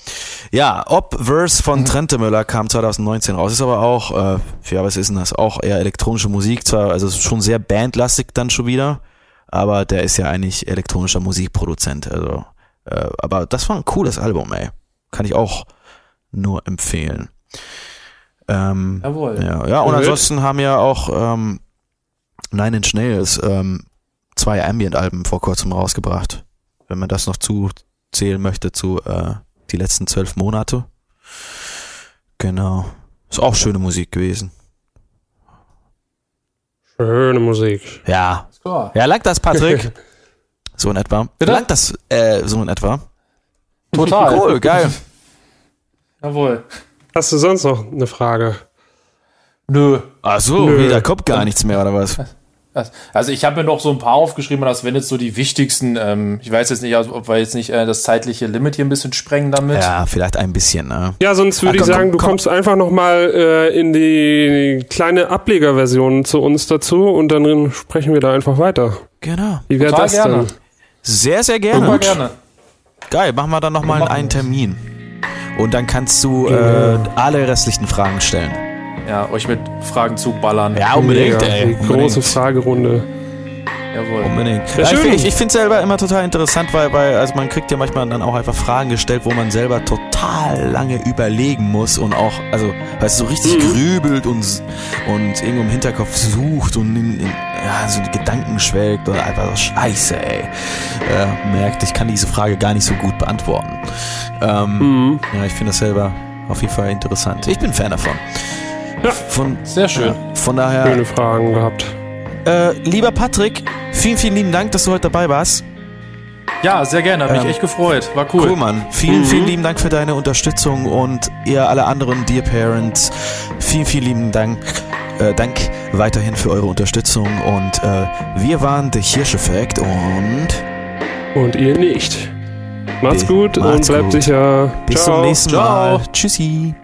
D: Ja, Obverse von Trente Müller kam 2019 raus. Ist aber auch, äh, ja, was ist denn das? Auch eher elektronische Musik, zwar, also es ist schon sehr bandlastig dann schon wieder, aber der ist ja eigentlich elektronischer Musikproduzent. Also, äh, aber das war ein cooles Album, ey. Kann ich auch nur empfehlen. Ähm,
B: Jawohl.
D: ja, ja, und
C: Gehört.
D: ansonsten haben ja auch ähm, Nine Inch Nails ähm, zwei Ambient-Alben vor kurzem rausgebracht. Wenn man das noch zuzählen möchte zu äh, die letzten zwölf Monate. Genau. Ist auch schöne Musik gewesen.
C: Schöne Musik.
D: Ja.
B: Ist klar.
D: Ja, langt das, Patrick? so in etwa. Langt das, äh, so in etwa.
B: Total.
D: Cool, geil.
B: Jawohl.
C: Hast du sonst noch eine Frage?
B: Nö.
D: Ach so,
C: Nö.
D: nee, da kommt gar nichts mehr, oder was?
B: Das- Also ich habe mir noch so ein paar aufgeschrieben, das wären jetzt so die wichtigsten. Ähm, ich weiß jetzt nicht, also, ob wir jetzt nicht äh, das zeitliche Limit hier ein bisschen sprengen damit.
D: Ja, vielleicht ein bisschen, ne?
C: Ja, sonst würde ich
D: Ah, komm,
C: sagen,
D: komm,
C: du
D: komm.
C: kommst einfach nochmal äh, in die kleine Ablegerversion zu uns dazu und dann sprechen wir da einfach weiter.
D: Genau.
C: Wie wäre
B: Total
C: das denn?
B: gerne.
D: Sehr, sehr gerne.
B: Super gerne.
D: Geil, machen wir dann nochmal einen Termin. Und dann kannst du äh, alle restlichen Fragen stellen.
B: Ja, euch mit Fragen zu ballern.
D: Ja, unbedingt,
C: Mega,
D: ey.
C: Die große
D: unbedingt.
C: Fragerunde.
B: Jawohl.
D: Unbedingt. Ja, ich
C: schön.
D: find- ich, ich finde es selber immer total interessant, weil, weil also man kriegt ja manchmal dann auch einfach Fragen gestellt, wo man selber total lange überlegen muss und auch, also, weißt du, so richtig
C: Mhm.
D: grübelt und, und irgendwo im Hinterkopf sucht und in, in, ja, so die Gedanken schwelgt und einfach so scheiße, ey. Äh, merkt, ich kann diese Frage gar nicht so gut beantworten. Ähm,
C: Mhm.
D: Ja, ich finde das selber auf jeden Fall interessant. Ich bin Fan davon.
C: Ja.
D: Von,
B: Sehr schön.
D: von daher,
C: Schöne Fragen gehabt.
D: äh, lieber Patrick, vielen, vielen lieben Dank, dass du heute dabei warst.
B: Ja, sehr gerne. Hat mich
D: Ähm,
B: echt gefreut. War
D: Cool,
B: cool.
D: Mann. Vielen, vielen lieben Dank für deine Unterstützung und ihr alle anderen Dear Parents, vielen, vielen lieben Dank. Äh, Dank weiterhin für eure Unterstützung und äh, wir waren The Hirsch Effect und
C: Und ihr nicht. Macht's
D: Bis-
C: gut
D: macht's
C: und bleibt
D: gut.
C: sicher.
D: bis
C: Ciao.
D: zum nächsten
B: Ciao.
D: Mal. Tschüssi.